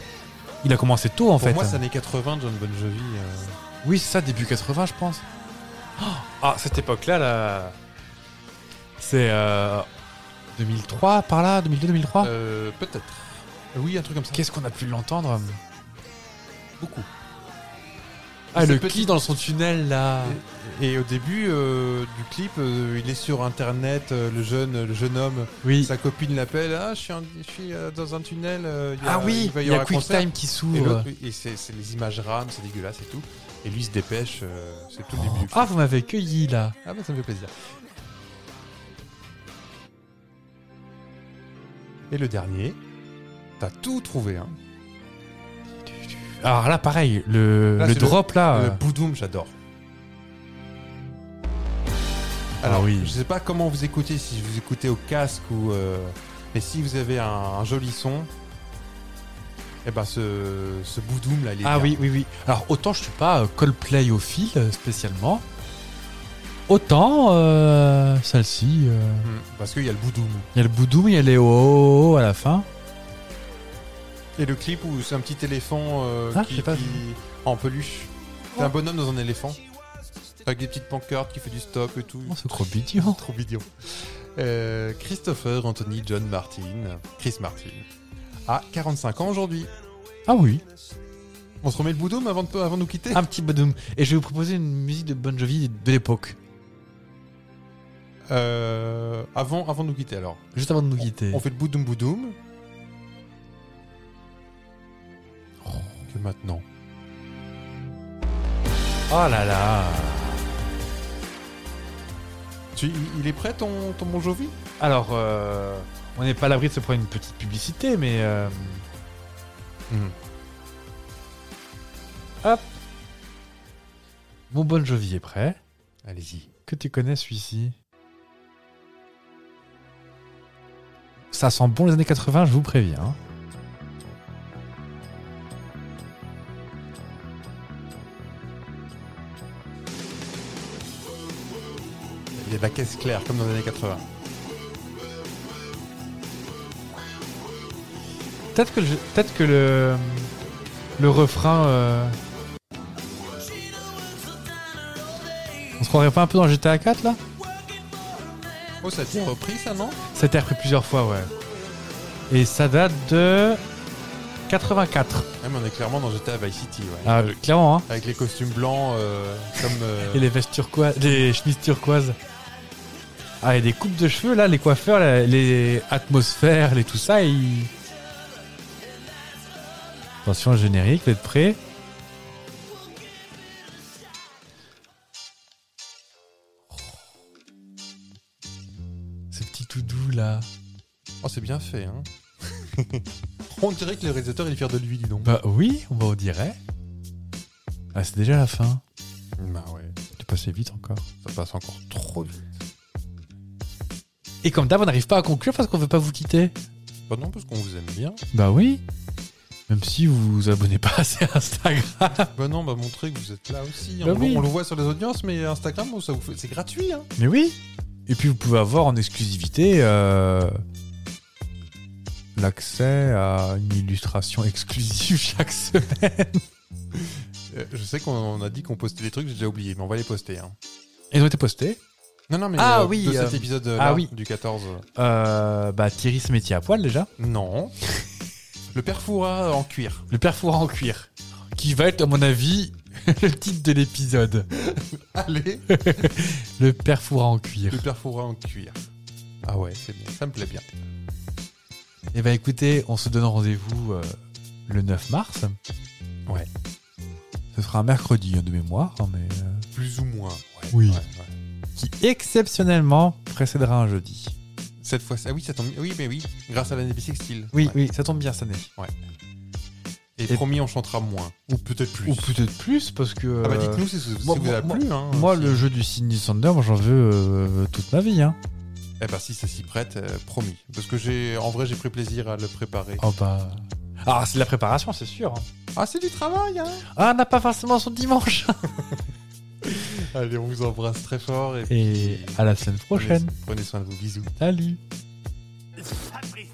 D: Il a commencé tôt, en
E: Pour
D: fait. hein.
E: moi, c'est années 80, John Bon Jovi. euh,
D: Oui, c'est ça, début 80, je pense. Oh, ah, cette époque-là, là... C'est euh, 2003, par là, 2002-2003
E: euh, Peut-être. Oui, un truc comme ça.
D: Euh, Qu'est-ce qu'on a pu l'entendre
E: Beaucoup.
D: Ah,
E: C'est
D: le
E: petit.
D: petit dans son tunnel, là
E: Et au début euh, du clip, euh, il est sur internet, euh, le jeune, le jeune homme.
D: Oui.
E: Sa copine l'appelle. Ah, je suis, en- je suis euh, dans un tunnel. euh, il y a-
D: Ah oui,
E: va y
D: il y a
E: avoir un
D: Quick
E: concert.
D: Time qui
E: Et,
D: s'ouvre.
E: l'autre, lui, et c'est c'est les images RAM, c'est dégueulasse et tout. Et lui se dépêche, euh, c'est tout le
D: Oh,
E: début du clip.
D: Ah, vous m'avez cueilli, là
E: Ah bah ça me fait plaisir. Et le dernier, t'as tout trouvé. Hein.
D: Alors là, pareil, le,
E: Là,
D: le
E: c'est le-
D: drop, là...
E: Le
D: euh,
E: boudoum, j'adore.
D: Ah
E: Alors
D: oui.
E: oui. je sais pas comment vous écoutez, si vous écoutez au casque ou... euh, mais si vous avez un, un joli son, et ben ce, ce boudoum là, il est
D: Ah
E: bien.
D: oui, oui, oui. Alors, autant je suis pas euh, Coldplay au fil, euh, spécialement. Autant euh, celle-ci... euh,
E: Hmm, Parce qu'il y a le boudoum.
D: Il y a le boudoum, il y a les oh, oh, oh à la fin.
E: Et le clip où c'est un petit éléphant euh,
D: Ah,
E: qui,
D: j'ai pas
E: qui- en peluche. C'est un bonhomme dans un éléphant. Avec des petites pancartes qui fait du stop et tout.
D: Oh, c'est trop mignon.
E: Trop mignon. Euh, Christopher Anthony John Martin, Chris Martin, à 45 ans aujourd'hui.
D: Ah oui,
E: On se remet le boudoum avant de, avant de nous quitter
D: un petit boudoum. Et je vais vous proposer une musique de Bon Jovi de l'époque,
E: Euh, avant, avant de nous quitter alors.
D: juste avant de nous quitter.
E: On fait le boudoum boudoum. Oh, que maintenant.
D: Oh là là.
E: Tu, il- il est prêt ton, ton Bon Jovi
D: Alors, euh, on n'est pas à l'abri de se prendre une petite publicité, mais euh,
E: Mhm.
D: hop, mon Bon Jovi est prêt.
E: Allez-y.
D: Que tu connais celui-ci Ça sent bon les années 80, je vous préviens. hein.
E: Il y a de la caisse claire comme dans les années 80.
D: Peut-être que le, peut-être que le, le refrain. euh, On se croirait pas un peu dans GTA 4 là
E: Oh, ça a été repris ça, non
D: Ça a été repris plusieurs fois, ouais. Et ça date de 84.
E: Ah, mais on est clairement dans GTA Vice City, ouais.
D: Ah, clairement, hein.
E: Avec les costumes blancs, euh, comme. euh,
D: Et les vestes turquoises, les chemises turquoises. Ah, et des coupes de cheveux là, les coiffeurs, là, les atmosphères, les tout ça, ils. Attention, générique, vous êtes prêts Ce petit tout doux là.
E: Oh, c'est bien fait, hein. on dirait que le réalisateur il est fier de lui, dis donc.
D: Bah oui, on va au dirait. Ah, c'est déjà la fin.
E: Bah ouais,
D: Tu passais vite encore.
E: ça passe encore trop vite.
D: Et comme d'hab, on n'arrive pas à conclure parce qu'on veut pas vous quitter.
E: Bah non, parce qu'on vous aime bien.
D: Bah oui. Même si vous vous abonnez pas assez à Instagram.
E: Bah non, bah montrez que vous êtes là aussi.
D: Bah
E: on,
D: oui.
E: on le voit sur les audiences, mais Instagram, bon, ça vous fait- c'est gratuit. Hein.
D: Mais oui Et puis vous pouvez avoir en exclusivité euh, l'accès à une illustration exclusive chaque semaine.
E: Euh, je sais qu'on on a dit qu'on postait des trucs, j'ai déjà oublié, mais on va les poster. Hein.
D: Ils ont été postés.
E: Non, non, mais
D: Ah
E: euh,
D: oui,
E: de cet
D: euh,
E: épisode euh,
D: ah
E: là,
D: oui.
E: du 14. euh,
D: Euh, bah, Thierry se mettait à poil déjà.
E: Non. le père Foura en cuir.
D: Le père Fouras en cuir. Qui va être, à mon avis, le titre de l'épisode.
E: Allez,
D: Le père Fouras en cuir.
E: le père Foura en cuir. Ah ouais, c'est bien, ça me plaît bien.
D: Eh ben écoutez, on se donne rendez-vous euh, le 9 mars.
E: Ouais.
D: Ce sera un mercredi hein, de mémoire, hein, mais euh,
E: Plus ou moins. ouais,
D: Oui.
E: ouais, ouais.
D: qui exceptionnellement précédera un jeudi.
E: Cette fois, ah oui, ça tombe. Oui, mais oui, grâce à l'année bissextile. Ouais.
D: oui, ça tombe bien cette année.
E: Et,
D: Et-
E: promis, on chantera moins. Ou peut-être plus.
D: Ou peut-être plus parce que.
E: Ah bah
D: euh,
E: dites-nous si, si
D: moi-
E: vous a
D: moi-
E: plu. Hein,
D: Moi,
E: si-
D: le jeu du Sydney Sander, moi j'en veux euh, toute ma vie. Hein.
E: Eh ben si ça s'y prête, euh, promis. Parce que j'ai, en vrai, j'ai pris plaisir à le préparer.
D: Oh bah. Ah, c'est de la préparation, c'est sûr. hein.
E: Ah, c'est du travail, hein
D: Ah, on n'a pas forcément son dimanche.
E: Allez, on vous embrasse très fort et,
D: Et à la semaine prochaine.
E: Prenez, prenez soin de vous, bisous.
D: Salut.
J: Fabrice